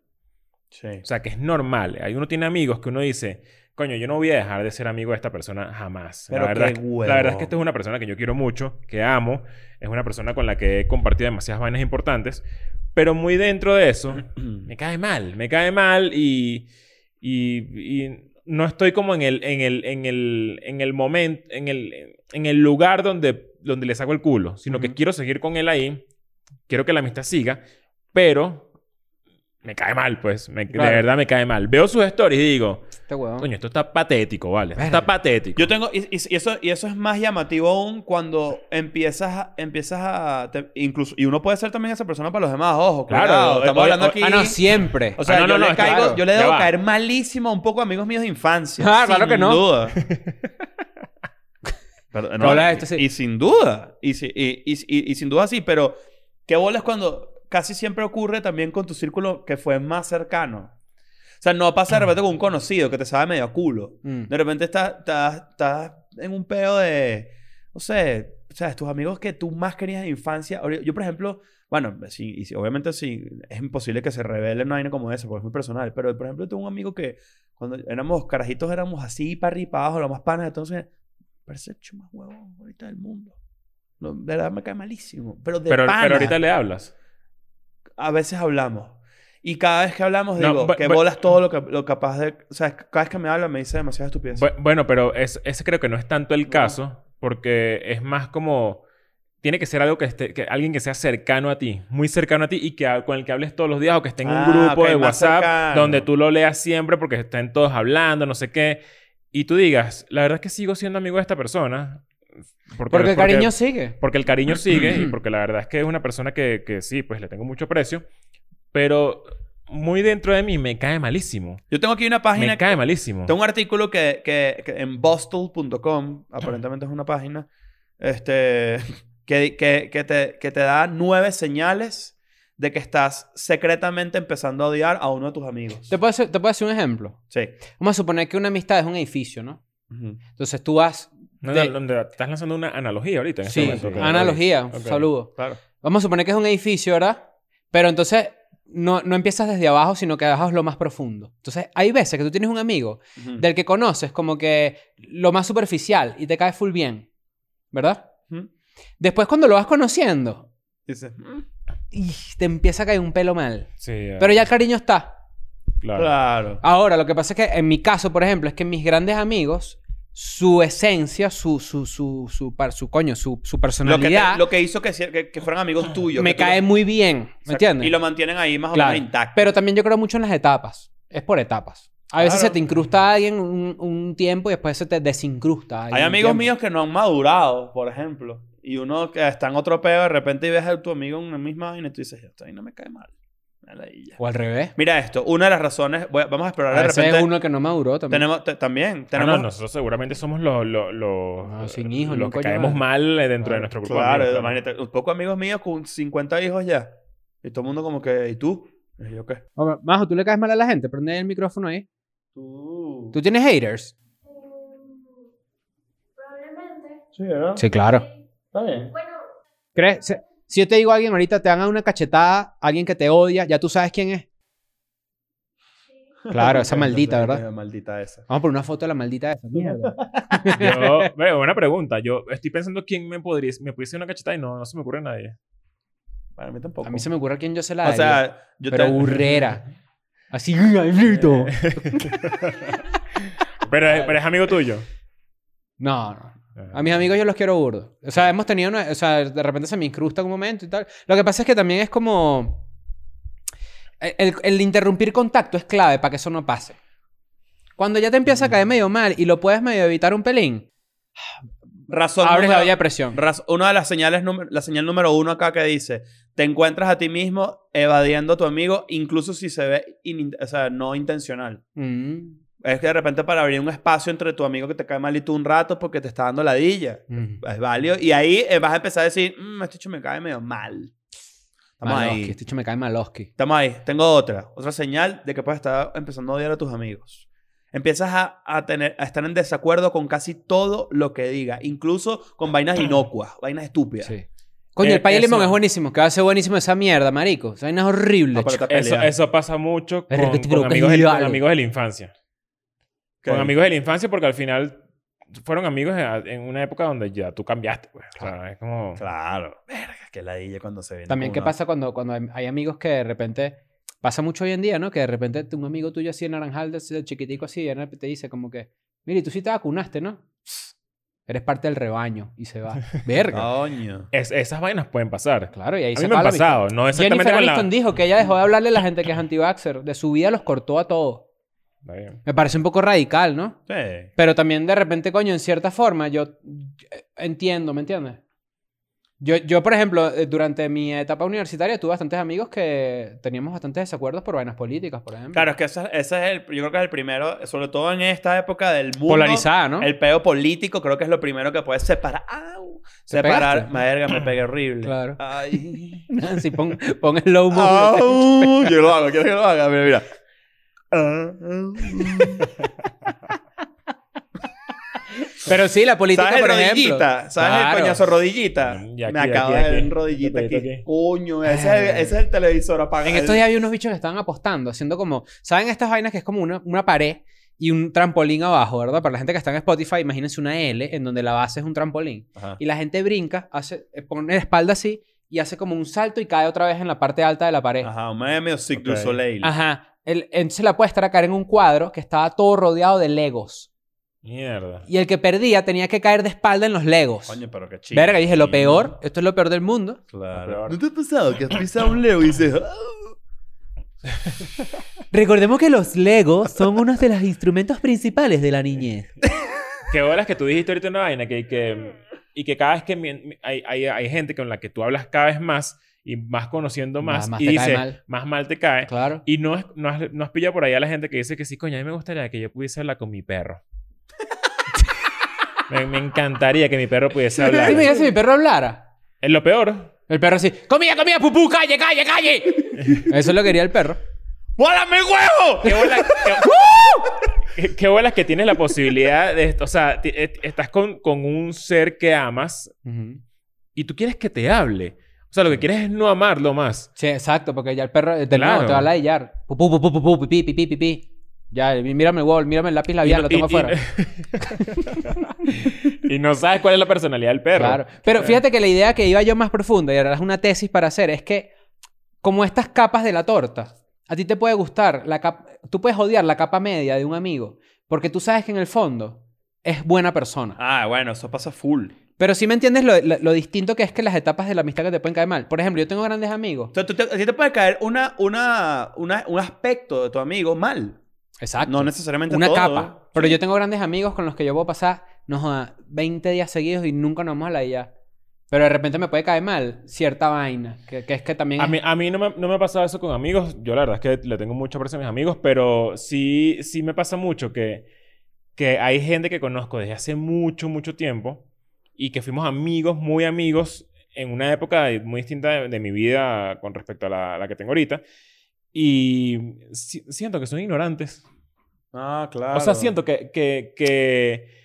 Speaker 3: Sí. (clears throat)
Speaker 2: O sea, que es normal. Hay uno tiene amigos que uno dice, coño, yo no voy a dejar de ser amigo de esta persona jamás.
Speaker 3: Pero
Speaker 2: la, verdad,
Speaker 3: qué
Speaker 2: es-
Speaker 3: huevo.
Speaker 2: la verdad es que esta es una persona que yo quiero mucho, que amo. Es una persona con la que he compartido demasiadas vainas importantes. Pero muy dentro de eso, me cae mal. Me cae mal y... y- y no estoy como en el... En el, en el, en el momento... En el, en el lugar donde, donde le saco el culo. Sino que
Speaker 4: Ujú.
Speaker 2: quiero seguir con él ahí. Quiero que la amistad siga. Pero... Me cae mal, pues. Me-
Speaker 4: Claro.
Speaker 2: De verdad me cae mal. Veo sus stories y digo...
Speaker 4: Este huevón.
Speaker 2: Coño, esto está patético, ¿vale? Esto está
Speaker 4: Verga.
Speaker 2: patético.
Speaker 3: Yo tengo, y, y- y eso, y eso es más llamativo aún cuando empiezas a, empiezas a te- incluso, y uno puede ser también esa persona para los demás, ojo,
Speaker 2: Claro,
Speaker 3: claro,
Speaker 2: o-
Speaker 3: estamos
Speaker 2: o-
Speaker 3: hablando
Speaker 2: o-
Speaker 3: aquí.
Speaker 4: Ah, no, siempre.
Speaker 3: O sea,
Speaker 2: Ah, no,
Speaker 3: yo,
Speaker 2: no, no,
Speaker 3: le
Speaker 2: es que-
Speaker 3: caigo,
Speaker 2: claro,
Speaker 3: yo le
Speaker 2: ya
Speaker 3: debo
Speaker 2: va.
Speaker 3: caer malísimo a un poco de amigos míos de infancia.
Speaker 4: Ah, claro
Speaker 3: sin
Speaker 4: que
Speaker 2: (laughs)
Speaker 4: no.
Speaker 3: Duda. Pero, no,
Speaker 4: Habla de esto, sí.
Speaker 3: y, sin duda. Y, si- y- y- y- y sin duda sí, pero qué bolas cuando casi siempre ocurre también con tu círculo que fue más cercano. O sea, no pasa de repente con un conocido que te sabe medio a culo.
Speaker 4: Mm.
Speaker 3: De repente estás, estás, estás en un pedo de, no sé, sabes, tus amigos que tú más querías de infancia. Ahora, Yo, por ejemplo, bueno, sí, y sí, obviamente sí, es imposible que se revele una vaina como esa, porque es muy personal. Pero, por ejemplo, tengo un amigo que cuando éramos carajitos éramos así, para arriba y para abajo, los más panas. Entonces, parece el hecho más huevón ahorita del mundo. No, de verdad me cae malísimo. Pero de
Speaker 2: Pero,
Speaker 3: pana,
Speaker 2: pero ahorita le hablas.
Speaker 3: a veces hablamos. Y cada vez que hablamos,
Speaker 2: No,
Speaker 3: digo,
Speaker 2: bu-
Speaker 3: que
Speaker 2: bu-
Speaker 3: bolas todo lo, que, lo capaz de... O sea, cada vez que me habla me dice demasiada estupidez.
Speaker 2: Bu- Bueno, pero es- ese creo que no es tanto el caso, porque es más como... Tiene que ser algo que esté... Que alguien que sea cercano a ti, muy cercano a ti y que ha- con el que hables todos los días o que esté en un
Speaker 3: Ah,
Speaker 2: grupo
Speaker 3: ok,
Speaker 2: de
Speaker 3: más
Speaker 2: WhatsApp
Speaker 3: cercano.
Speaker 2: donde tú lo leas siempre porque estén todos hablando, no sé qué. Y tú digas, la verdad es que sigo siendo amigo de esta persona. Porque,
Speaker 4: Porque el
Speaker 2: porque-
Speaker 4: cariño sigue.
Speaker 2: Porque el cariño sigue y porque la verdad es que es una persona que, que sí, pues le tengo mucho aprecio, pero muy dentro de mí me cae malísimo.
Speaker 3: Yo tengo aquí una página.
Speaker 2: Me cae malísimo.
Speaker 3: Tengo un artículo que, que, que en bostel.com, aparentemente es una página, este, (laughs) que, que, que te, que te da nueve señales de que estás secretamente empezando a odiar a uno de tus amigos.
Speaker 4: ¿Te puedo, hacer, te puedo hacer un ejemplo.
Speaker 3: Sí.
Speaker 4: Vamos a suponer que una amistad es un edificio, ¿no?
Speaker 3: Ujú.
Speaker 4: Entonces tú vas.
Speaker 2: No,
Speaker 4: de-
Speaker 2: no, no, estás lanzando una analogía ahorita en este
Speaker 4: sí,
Speaker 2: momento. ok.
Speaker 4: analogía, un
Speaker 2: Ok.
Speaker 4: saludo.
Speaker 3: Claro.
Speaker 4: Vamos a suponer que es un edificio, ¿verdad? Pero entonces no, no empiezas desde abajo, sino que abajo es lo más profundo. Entonces hay veces que tú tienes un amigo
Speaker 2: Mm.
Speaker 3: Ujú.
Speaker 4: del que conoces como que lo más superficial y te cae full bien, ¿verdad?
Speaker 2: Mm.
Speaker 3: Ujú.
Speaker 4: Después cuando lo vas conociendo,
Speaker 3: Dice, mm,
Speaker 4: y te empieza a caer un pelo mal.
Speaker 2: Sí,
Speaker 4: Pero ya el cariño está.
Speaker 2: claro. Ah,
Speaker 3: claro.
Speaker 4: Ahora, lo que pasa es que en mi caso, por ejemplo, es que mis grandes amigos, su esencia, su, su, su, su, par- su coño, su, su
Speaker 3: Lo que,
Speaker 4: personalidad,
Speaker 3: te- lo que hizo que, si- que, que fueran amigos tuyos.
Speaker 4: me
Speaker 3: que tú
Speaker 4: cae
Speaker 3: lo-
Speaker 4: muy bien.
Speaker 3: o
Speaker 4: ¿Me
Speaker 3: sea,
Speaker 4: entiendes?
Speaker 3: Y lo mantienen ahí más o
Speaker 4: Claro.
Speaker 3: menos intacto.
Speaker 4: Pero también yo creo mucho en las etapas. Es por etapas. A veces
Speaker 3: Claro.
Speaker 4: se te incrusta a alguien un, un tiempo y después se te desincrusta. a alguien
Speaker 3: Hay
Speaker 4: un
Speaker 3: amigos
Speaker 4: tiempo.
Speaker 3: míos que no han madurado, por ejemplo. Y uno que está en otro peo de repente y ves a tu amigo en la misma vaina y tú dices, esta vaina me cae mal. Me la ladilla".
Speaker 4: O al revés.
Speaker 3: Mira esto, una de las razones, voy a- vamos a explorar
Speaker 4: A
Speaker 3: de
Speaker 4: veces es
Speaker 3: repente.
Speaker 4: uno que no maduró también.
Speaker 3: Tenemos, te- también,
Speaker 2: Ah, no,
Speaker 3: tenemos.
Speaker 2: nosotros seguramente somos los, los, los,
Speaker 4: No, Ah, sin hijos,
Speaker 2: los
Speaker 4: ni
Speaker 2: que
Speaker 4: coño
Speaker 2: caemos mal eh, dentro
Speaker 4: Claro,
Speaker 2: de nuestro grupo. de
Speaker 3: claro,
Speaker 2: amigos,
Speaker 3: imagínate, un poco amigos míos con 50 hijos ya. Y todo el mundo como que, ¿y tú? Y yo qué.
Speaker 4: Ahora, Majo, tú le caes mal a la gente. Prende el micrófono ahí.
Speaker 3: Tú.
Speaker 4: ¿Tú tienes haters?
Speaker 6: Probablemente.
Speaker 3: Sí, ¿verdad?
Speaker 4: Sí, claro.
Speaker 3: Está bien.
Speaker 6: Bueno,
Speaker 4: ¿Crees? Se- Si yo te digo a alguien ahorita, te hagan una cachetada, alguien que te odia, ya tú sabes quién es. Claro,
Speaker 3: (laughs)
Speaker 4: esa maldita, ¿verdad?
Speaker 3: Maldita esa.
Speaker 4: Vamos por una foto de la maldita esa. Mierda. (laughs)
Speaker 2: Yo, veo, buena pregunta. Yo estoy pensando quién me podría, me pudiese hacer una cachetada y no, no se me ocurre a nadie.
Speaker 3: Para mí tampoco.
Speaker 4: A mí se me ocurre a quién yo se la
Speaker 3: O
Speaker 4: daría.
Speaker 3: sea, yo
Speaker 4: pero
Speaker 3: te- Eh.
Speaker 4: burrera.
Speaker 3: (laughs)
Speaker 4: Así, ¡ay, frito!
Speaker 2: Pero, es- pero es amigo
Speaker 4: (laughs)
Speaker 2: tuyo.
Speaker 4: No, no. A mis amigos yo los quiero burdo. O sea, hemos tenido... una- O sea, de repente se me incrusta un momento y tal. Lo que pasa es que también es como... e, El, el interrumpir contacto es clave para que eso no pase. Cuando ya te empieza a caer medio mal y lo puedes medio evitar un pelín,
Speaker 3: Razón
Speaker 4: abres la
Speaker 3: número-
Speaker 4: olla de presión.
Speaker 3: Raz- una de las señales, número- la señal número uno acá que dice, te encuentras a ti mismo evadiendo a tu amigo, incluso si se ve in- o sea, no intencional.
Speaker 4: Mm.
Speaker 3: Es que de repente para abrir un espacio entre tu amigo que te cae mal y tú un rato porque te está dando ladilla.
Speaker 4: Mm.
Speaker 3: Es válido. Y ahí eh, vas a empezar a decir, mmm, este chico me cae medio mal. Estamos
Speaker 4: Malosky,
Speaker 3: ahí.
Speaker 4: este hecho me cae Malosky.
Speaker 3: Estamos ahí. Tengo otra. Otra señal de que puedes estar empezando a odiar a tus amigos. Empiezas a, a tener, a estar en desacuerdo con casi todo lo que diga, incluso con vainas inocuas, vainas estúpidas.
Speaker 4: Sí. Coño,
Speaker 2: Eh,
Speaker 4: el pay de
Speaker 2: eso-
Speaker 4: limón es buenísimo. Que va a ser buenísimo esa mierda, marico. Esa vaina es horrible.
Speaker 3: No, pero
Speaker 4: chico.
Speaker 3: está
Speaker 2: Eso,
Speaker 3: peleado.
Speaker 2: eso pasa mucho con,
Speaker 4: Es que te
Speaker 2: con
Speaker 4: provocas
Speaker 2: amigos, de, con
Speaker 4: algo.
Speaker 2: amigos de la infancia.
Speaker 3: Que-
Speaker 2: Con amigos de la infancia porque al final fueron amigos en, en una época donde ya tú cambiaste. pues. O sea, es como...
Speaker 3: Claro. Verga, que ladilla cuando se viene.
Speaker 4: También,
Speaker 3: con
Speaker 4: ¿qué
Speaker 3: una-
Speaker 4: pasa cuando, cuando hay- hay amigos que de repente. Pasa mucho hoy en día, ¿no? Que de repente un amigo tuyo así en Naranjal, de de chiquitico así, de repente te dice como que. Mire, tú sí te vacunaste, ¿no? Pss, Eres parte del rebaño. Y se
Speaker 2: (laughs)
Speaker 4: va. Verga.
Speaker 3: Coño.
Speaker 2: es- esas vainas pueden pasar.
Speaker 4: Claro, y ahí
Speaker 2: A
Speaker 4: se
Speaker 2: mí me han
Speaker 4: acaba la amistad.
Speaker 2: pasado. No exactamente
Speaker 4: Jennifer
Speaker 2: con la...
Speaker 4: Aniston dijo que ella dejó de hablarle a la gente que es anti-vaxxer. De su vida los cortó a todos.
Speaker 2: Está bien.
Speaker 4: Me parece un poco radical, ¿no?
Speaker 3: Sí.
Speaker 4: Pero también de repente, coño, en cierta forma, yo eh, entiendo, ¿me entiendes? Yo, yo, por ejemplo, eh, durante mi etapa universitaria tuve bastantes amigos que teníamos bastantes desacuerdos por vainas políticas, por ejemplo.
Speaker 3: Claro, es que ese, ese es el, yo creo que es el primero, sobre todo en esta época del mundo.
Speaker 4: Polarizada, ¿no?
Speaker 3: El peo político creo que es lo primero que puedes separar. ¡Au!
Speaker 4: ¿Te
Speaker 3: Separar.
Speaker 4: pegaste?
Speaker 3: Verga, me pegué horrible. (laughs)
Speaker 4: Claro. (laughs)
Speaker 3: Ay.
Speaker 4: Sí, pon, pon el low
Speaker 3: Ah, oh.
Speaker 4: motion.
Speaker 3: Au, yo lo hago, quiero que lo haga, mira, mira.
Speaker 4: Ah,
Speaker 3: Au.
Speaker 4: Pero sí, la política,
Speaker 3: ¿Sabes el
Speaker 4: por ejemplo.
Speaker 3: rodillita? ¿Sabes
Speaker 4: Claro.
Speaker 3: el coñazo rodillita?
Speaker 2: Mm, y aquí,
Speaker 3: me acaba
Speaker 2: aquí,
Speaker 3: de ver
Speaker 2: aquí.
Speaker 3: un rodillita
Speaker 2: Este
Speaker 3: aquí.
Speaker 2: pedito aquí.
Speaker 3: Coño, ese es, el, ese es el televisor apagado.
Speaker 4: En estos días había unos bichos que estaban apostando, haciendo como... ¿Saben estas vainas que es como una, una pared y un trampolín abajo, verdad? Para la gente que está en Spotify, imagínense una L en donde la base es un trampolín.
Speaker 3: Ajá.
Speaker 4: Y la gente brinca, hace, eh, pone la espalda así y hace como un salto y cae otra vez en la parte alta de la pared. Ajá.
Speaker 3: Ajá, un Miami o Cirque
Speaker 2: Ok.
Speaker 3: du Soleil.
Speaker 4: El- entonces la apuesta era caer en un cuadro que estaba todo rodeado de legos.
Speaker 2: Mierda.
Speaker 4: Y el que perdía tenía que caer de espalda en los legos.
Speaker 3: Coño, pero qué chido.
Speaker 4: Verga, dije, lo peor, esto es lo peor del mundo.
Speaker 2: Lo
Speaker 3: Claro.
Speaker 2: peor.
Speaker 3: te ha pasado que has pisado un Leo y dices... "Ah"?
Speaker 4: Recordemos que los legos son uno de los instrumentos principales de la niñez.
Speaker 2: Qué bolas que tú dijiste ahorita una vaina que, que- y que cada vez que mi- mi- hay, hay, hay gente con la que tú hablas cada vez más y más conociendo más,
Speaker 4: Más- más
Speaker 2: y
Speaker 4: te cae
Speaker 2: dice,
Speaker 4: mal.
Speaker 2: más mal te cae.
Speaker 4: Claro.
Speaker 2: Y no, es- no, has, no has pillado por ahí a la gente que dice que sí, coño, a mí me gustaría que yo pudiese hablar con mi
Speaker 4: (laughs)
Speaker 2: perro. me, me encantaría que mi perro pudiese hablar.
Speaker 4: Dime, ¿ya si mi perro hablara?
Speaker 2: Es lo peor.
Speaker 4: El perro así, comida, comida, pupú, calle, calle, calle. Eso lo quería el perro.
Speaker 2: ¡Bólame el huevo! ¡Qué bola- qué- qué- qué bolas que tienes la posibilidad de esto. O sea, ti- eh, estás con, con un ser que amas y tú quieres que te hable. O sea, lo que quieres es no amarlo más.
Speaker 4: Sí, exacto, porque ya el perro de nuevo,
Speaker 2: Claro.
Speaker 4: te va a ladillar. Pupú, pupú, pupú, pipí, pipí, pipí. Ya, y mírame el wall, mírame el lápiz labial,
Speaker 2: no-
Speaker 4: lo tengo
Speaker 2: y- y-
Speaker 4: afuera.
Speaker 2: y no (laughs) sabes cuál es la personalidad del perro.
Speaker 4: Claro. Pero fíjate que la idea que iba yo más profunda, y ahora es una tesis para hacer, es que como estas capas de la torta, a ti te puede gustar la capa... Tú puedes odiar la capa media de un amigo, porque tú sabes que en el fondo es buena persona.
Speaker 3: Ah, bueno, eso pasa full.
Speaker 4: Pero sí me entiendes lo, lo- lo distinto que es que las etapas de la amistad que te pueden caer mal. Por ejemplo, yo tengo grandes amigos.
Speaker 3: O sea, tú te, a ti te puede caer una, una, una, un aspecto de tu amigo mal.
Speaker 4: Exacto.
Speaker 3: No necesariamente
Speaker 4: una
Speaker 3: todo.
Speaker 4: capa. Pero yo tengo grandes amigos con los que yo puedo pasar, no joda, 20 días seguidos y nunca nos vamos a la IA. Pero de repente me puede caer mal cierta vaina, que, que es que también...
Speaker 2: A
Speaker 4: es-
Speaker 2: mí, a mí no, me, no me ha pasado eso con amigos. Yo la verdad es que le tengo mucho aprecio a mis amigos, pero sí, sí me pasa mucho que, que hay gente que conozco desde hace mucho, mucho tiempo y que fuimos amigos, muy amigos, en una época de- muy distinta de, de mi vida con respecto a la, la que tengo ahorita. Y si- siento que son ignorantes.
Speaker 3: Ah, claro.
Speaker 2: O sea, siento que, que, que-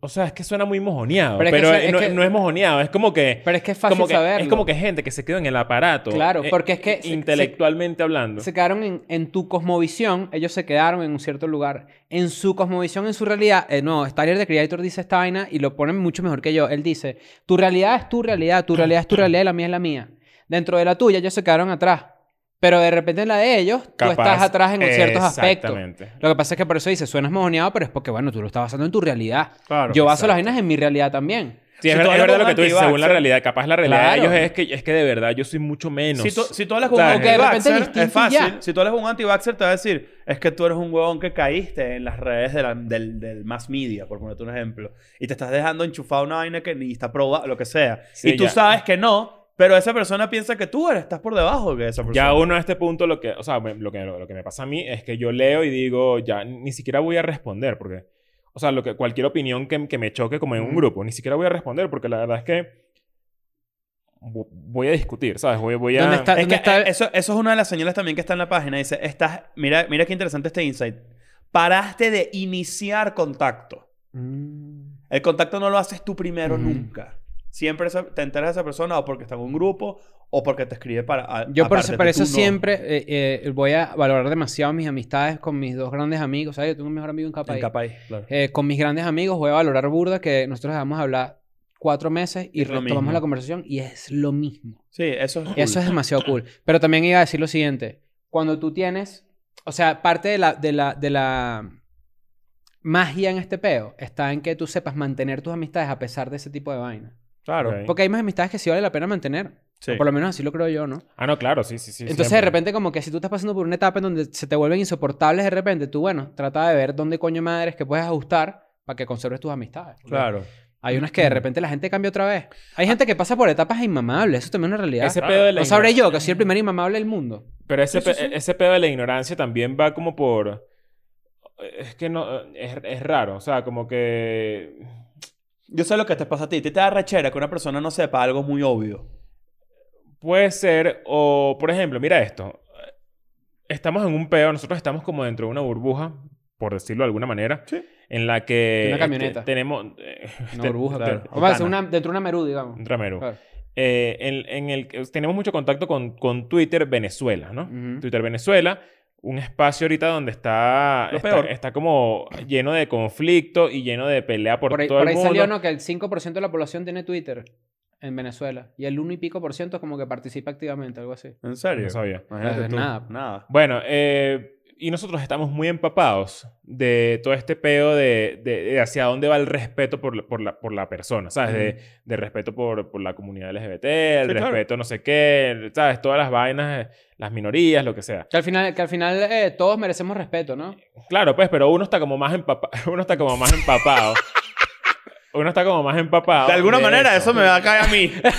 Speaker 2: O sea, es que suena muy mojoneado,
Speaker 4: Pero
Speaker 2: pero, eh,
Speaker 4: es que eso- es
Speaker 2: no,
Speaker 4: que-
Speaker 2: no es mojoneado, es como que
Speaker 4: Pero es que es fácil
Speaker 2: como que,
Speaker 4: saberlo.
Speaker 2: Es como que gente que se quedó en el aparato.
Speaker 4: Claro,
Speaker 2: eh,
Speaker 4: porque es que se-
Speaker 2: intelectualmente hablando.
Speaker 4: Se quedaron en, en tu cosmovisión, ellos se quedaron en un cierto lugar. En su cosmovisión, en su realidad, eh, no, Tyler de Creator dice esta vaina y lo ponen mucho mejor que yo. Él dice, tu realidad es tu realidad, tu realidad es tu realidad y la mía es la mía. Dentro de la tuya, ellos se quedaron atrás. Pero de repente en la de ellos,
Speaker 2: Capaz-
Speaker 4: tú estás atrás en ciertos aspectos.
Speaker 2: Exactamente.
Speaker 4: Lo que pasa es que por eso dice, suenas mojoneado, pero es porque, bueno, tú lo estás basando en tu realidad.
Speaker 3: Claro,
Speaker 4: yo baso
Speaker 3: exacto.
Speaker 4: las vainas en mi realidad también.
Speaker 2: Sí, es,
Speaker 3: Si
Speaker 2: verdad,
Speaker 3: tú
Speaker 2: es verdad
Speaker 3: hablas
Speaker 2: lo que tú dices,
Speaker 3: anti-vaxxer-
Speaker 2: según la realidad. Capaz la realidad
Speaker 4: Claro.
Speaker 2: de ellos es que, es que de verdad yo soy mucho menos.
Speaker 3: Si tú, si tú hablas con un
Speaker 2: ¿Sabes?
Speaker 4: Que de repente
Speaker 3: anti-vaxxer,
Speaker 4: distinto
Speaker 3: es
Speaker 4: y
Speaker 3: fácil.
Speaker 4: ya.
Speaker 3: Si tú hablas con un anti-vaxxer, te va a decir, es que tú eres un huevón que caíste en las redes de la- del, del mass media, por ponerte un ejemplo. Y te estás dejando enchufado una vaina que ni está probada, lo que sea.
Speaker 2: Sí,
Speaker 3: y tú
Speaker 2: ya.
Speaker 3: sabes que no, pero esa persona piensa que tú eres, estás por debajo de esa persona.
Speaker 2: Ya uno a este punto lo que, o sea, me- lo que, lo, lo que me pasa a mí es que yo leo y digo, ya ni siquiera voy a responder porque, o sea, lo que, cualquier opinión que, que me choque como en un
Speaker 3: Ujú.
Speaker 2: grupo, ni siquiera voy a responder porque la verdad es que vo- voy a discutir, ¿sabes? Voy, voy a...
Speaker 4: ¿Dónde está-
Speaker 3: Es que
Speaker 4: está
Speaker 3: eh,
Speaker 4: el-
Speaker 3: eso, eso es una de las señales también que está en la página. Dice, estás, mira, mira qué interesante este insight. paraste de iniciar contacto.
Speaker 4: Mm.
Speaker 3: El contacto no lo haces tú primero
Speaker 4: Ujú.
Speaker 3: nunca. Siempre esa- te enteras de esa persona o porque está en un grupo o porque te escribe para... a-
Speaker 4: Yo por, eso-
Speaker 3: aparte,
Speaker 4: por
Speaker 3: tú
Speaker 4: eso
Speaker 3: no.
Speaker 4: siempre eh, eh, voy a valorar demasiado mis amistades con mis dos grandes amigos. ¿Sabes? Yo tengo un mejor amigo en
Speaker 3: En
Speaker 4: Capay.
Speaker 3: Capay, claro.
Speaker 4: Eh, con mis grandes amigos voy a valorar burda que nosotros vamos a hablar cuatro meses y
Speaker 3: Es lo
Speaker 4: retomamos
Speaker 3: mismo.
Speaker 4: la conversación y es lo mismo.
Speaker 3: Sí, eso es...
Speaker 4: Eso es demasiado cool. Pero también iba a decir lo siguiente. Cuando tú tienes... O sea, parte de la, de la, de la magia en este peo está en que tú sepas mantener tus amistades a pesar de ese tipo de vaina.
Speaker 3: Claro.
Speaker 2: Ok.
Speaker 4: Porque hay más amistades que sí vale la pena mantener.
Speaker 3: Sí.
Speaker 4: O por lo menos así lo creo yo, ¿no?
Speaker 2: Ah, no, claro, sí, sí, sí.
Speaker 4: Entonces, de
Speaker 2: siempre.
Speaker 4: repente, como que si tú estás pasando por una etapa en donde se te vuelven insoportables de repente, tú, bueno, trata de ver dónde coño madres que puedes ajustar para que conserves tus amistades. Porque
Speaker 3: Claro.
Speaker 4: Hay unas que de repente la gente cambia otra vez. Hay gente que pasa por etapas inmamables. Eso también es una realidad.
Speaker 2: Ese pedo de la
Speaker 4: No sabré
Speaker 2: ignorancia-
Speaker 4: yo que soy el primer inmamable del mundo.
Speaker 2: Pero ese,
Speaker 3: Sí, sí,
Speaker 2: pe-
Speaker 3: sí.
Speaker 2: ese pedo de la ignorancia también va como por... Es que no... Es, es raro. O sea, como que...
Speaker 3: Yo sé lo que te pasa a ti. Te, te da rechera que una persona no sepa algo muy obvio.
Speaker 2: Puede ser... O, por ejemplo, mira esto. Estamos en un pedo. Nosotros estamos como dentro de una burbuja, por decirlo de alguna manera.
Speaker 3: Sí.
Speaker 2: En la que...
Speaker 4: De una camioneta.
Speaker 2: te- tenemos... eh,
Speaker 4: Una
Speaker 2: te-
Speaker 4: burbuja,
Speaker 3: claro.
Speaker 4: claro. O sea,
Speaker 3: Ventana.
Speaker 4: una- dentro de una merú, digamos.
Speaker 2: un ramero.
Speaker 4: Claro.
Speaker 2: Eh, en, en el, que tenemos mucho contacto con, con Twitter Venezuela, ¿no?
Speaker 4: Ujú.
Speaker 2: Twitter Venezuela, un espacio ahorita donde está,
Speaker 3: Lo
Speaker 2: está,
Speaker 3: peor.
Speaker 2: está como lleno de conflicto y lleno de pelea por,
Speaker 4: Por ahí,
Speaker 2: todo
Speaker 4: por
Speaker 2: el
Speaker 4: ahí
Speaker 2: mundo.
Speaker 4: salió, ¿no? Que el 5% de la población tiene Twitter en Venezuela. Y el 1 y pico por ciento como que participa activamente, algo así.
Speaker 3: ¿En serio?
Speaker 2: No sabía.
Speaker 3: Imagínate
Speaker 4: Eh,
Speaker 3: tú.
Speaker 4: nada.
Speaker 3: Nada.
Speaker 2: Bueno, eh, y nosotros estamos muy empapados de todo este pedo de, de- de hacia dónde va el respeto por, la- por, la, por la persona, ¿sabes? De, de respeto por, por la comunidad LGBT, el
Speaker 3: Sí, claro.
Speaker 2: respeto no sé qué, ¿sabes? Todas las vainas, eh, las minorías, lo que sea.
Speaker 4: Que al final, que al final eh, todos merecemos respeto, ¿no?
Speaker 2: Claro, pues, pero uno está como más
Speaker 3: (laughs)
Speaker 2: empapado. Uno está como más empapado. Uno está como más empapado.
Speaker 3: De alguna manera, eso me va a caer a mí. (laughs) o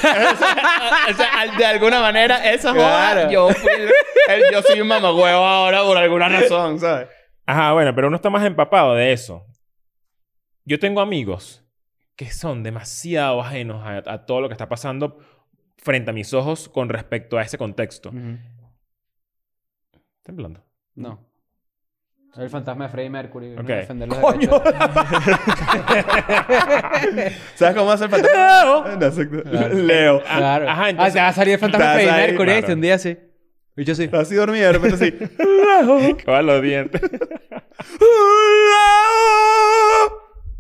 Speaker 3: sea, al- de alguna manera, eso
Speaker 4: Claro.
Speaker 3: Yo, fui el- el- yo soy un mamagüevo ahora por alguna razón, ¿sabes?
Speaker 2: Ajá, bueno, pero uno está más empapado de eso. Yo tengo amigos que son demasiado ajenos a, a todo lo que está pasando frente a mis ojos con respecto a ese contexto. Temblando.
Speaker 4: No. Soy el fantasma de Freddie Mercury.
Speaker 2: Ok.
Speaker 4: No defender los
Speaker 3: ¡Coño!
Speaker 4: derechos.
Speaker 2: (laughs)
Speaker 3: ¿Sabes cómo hace el
Speaker 4: (laughs)
Speaker 3: fantasma? No sé- Leo.
Speaker 4: Claro.
Speaker 2: Ajá,
Speaker 4: Ah,
Speaker 2: entonces-
Speaker 4: te va a salir el fantasma de
Speaker 3: Estás
Speaker 4: Freddie
Speaker 3: ahí,
Speaker 4: Mercury
Speaker 2: claro.
Speaker 4: ¿viste? un día así. Y yo sí.
Speaker 3: Está así dormido de repente así.
Speaker 2: (laughs) Que va a los
Speaker 3: (laughs)
Speaker 2: dientes.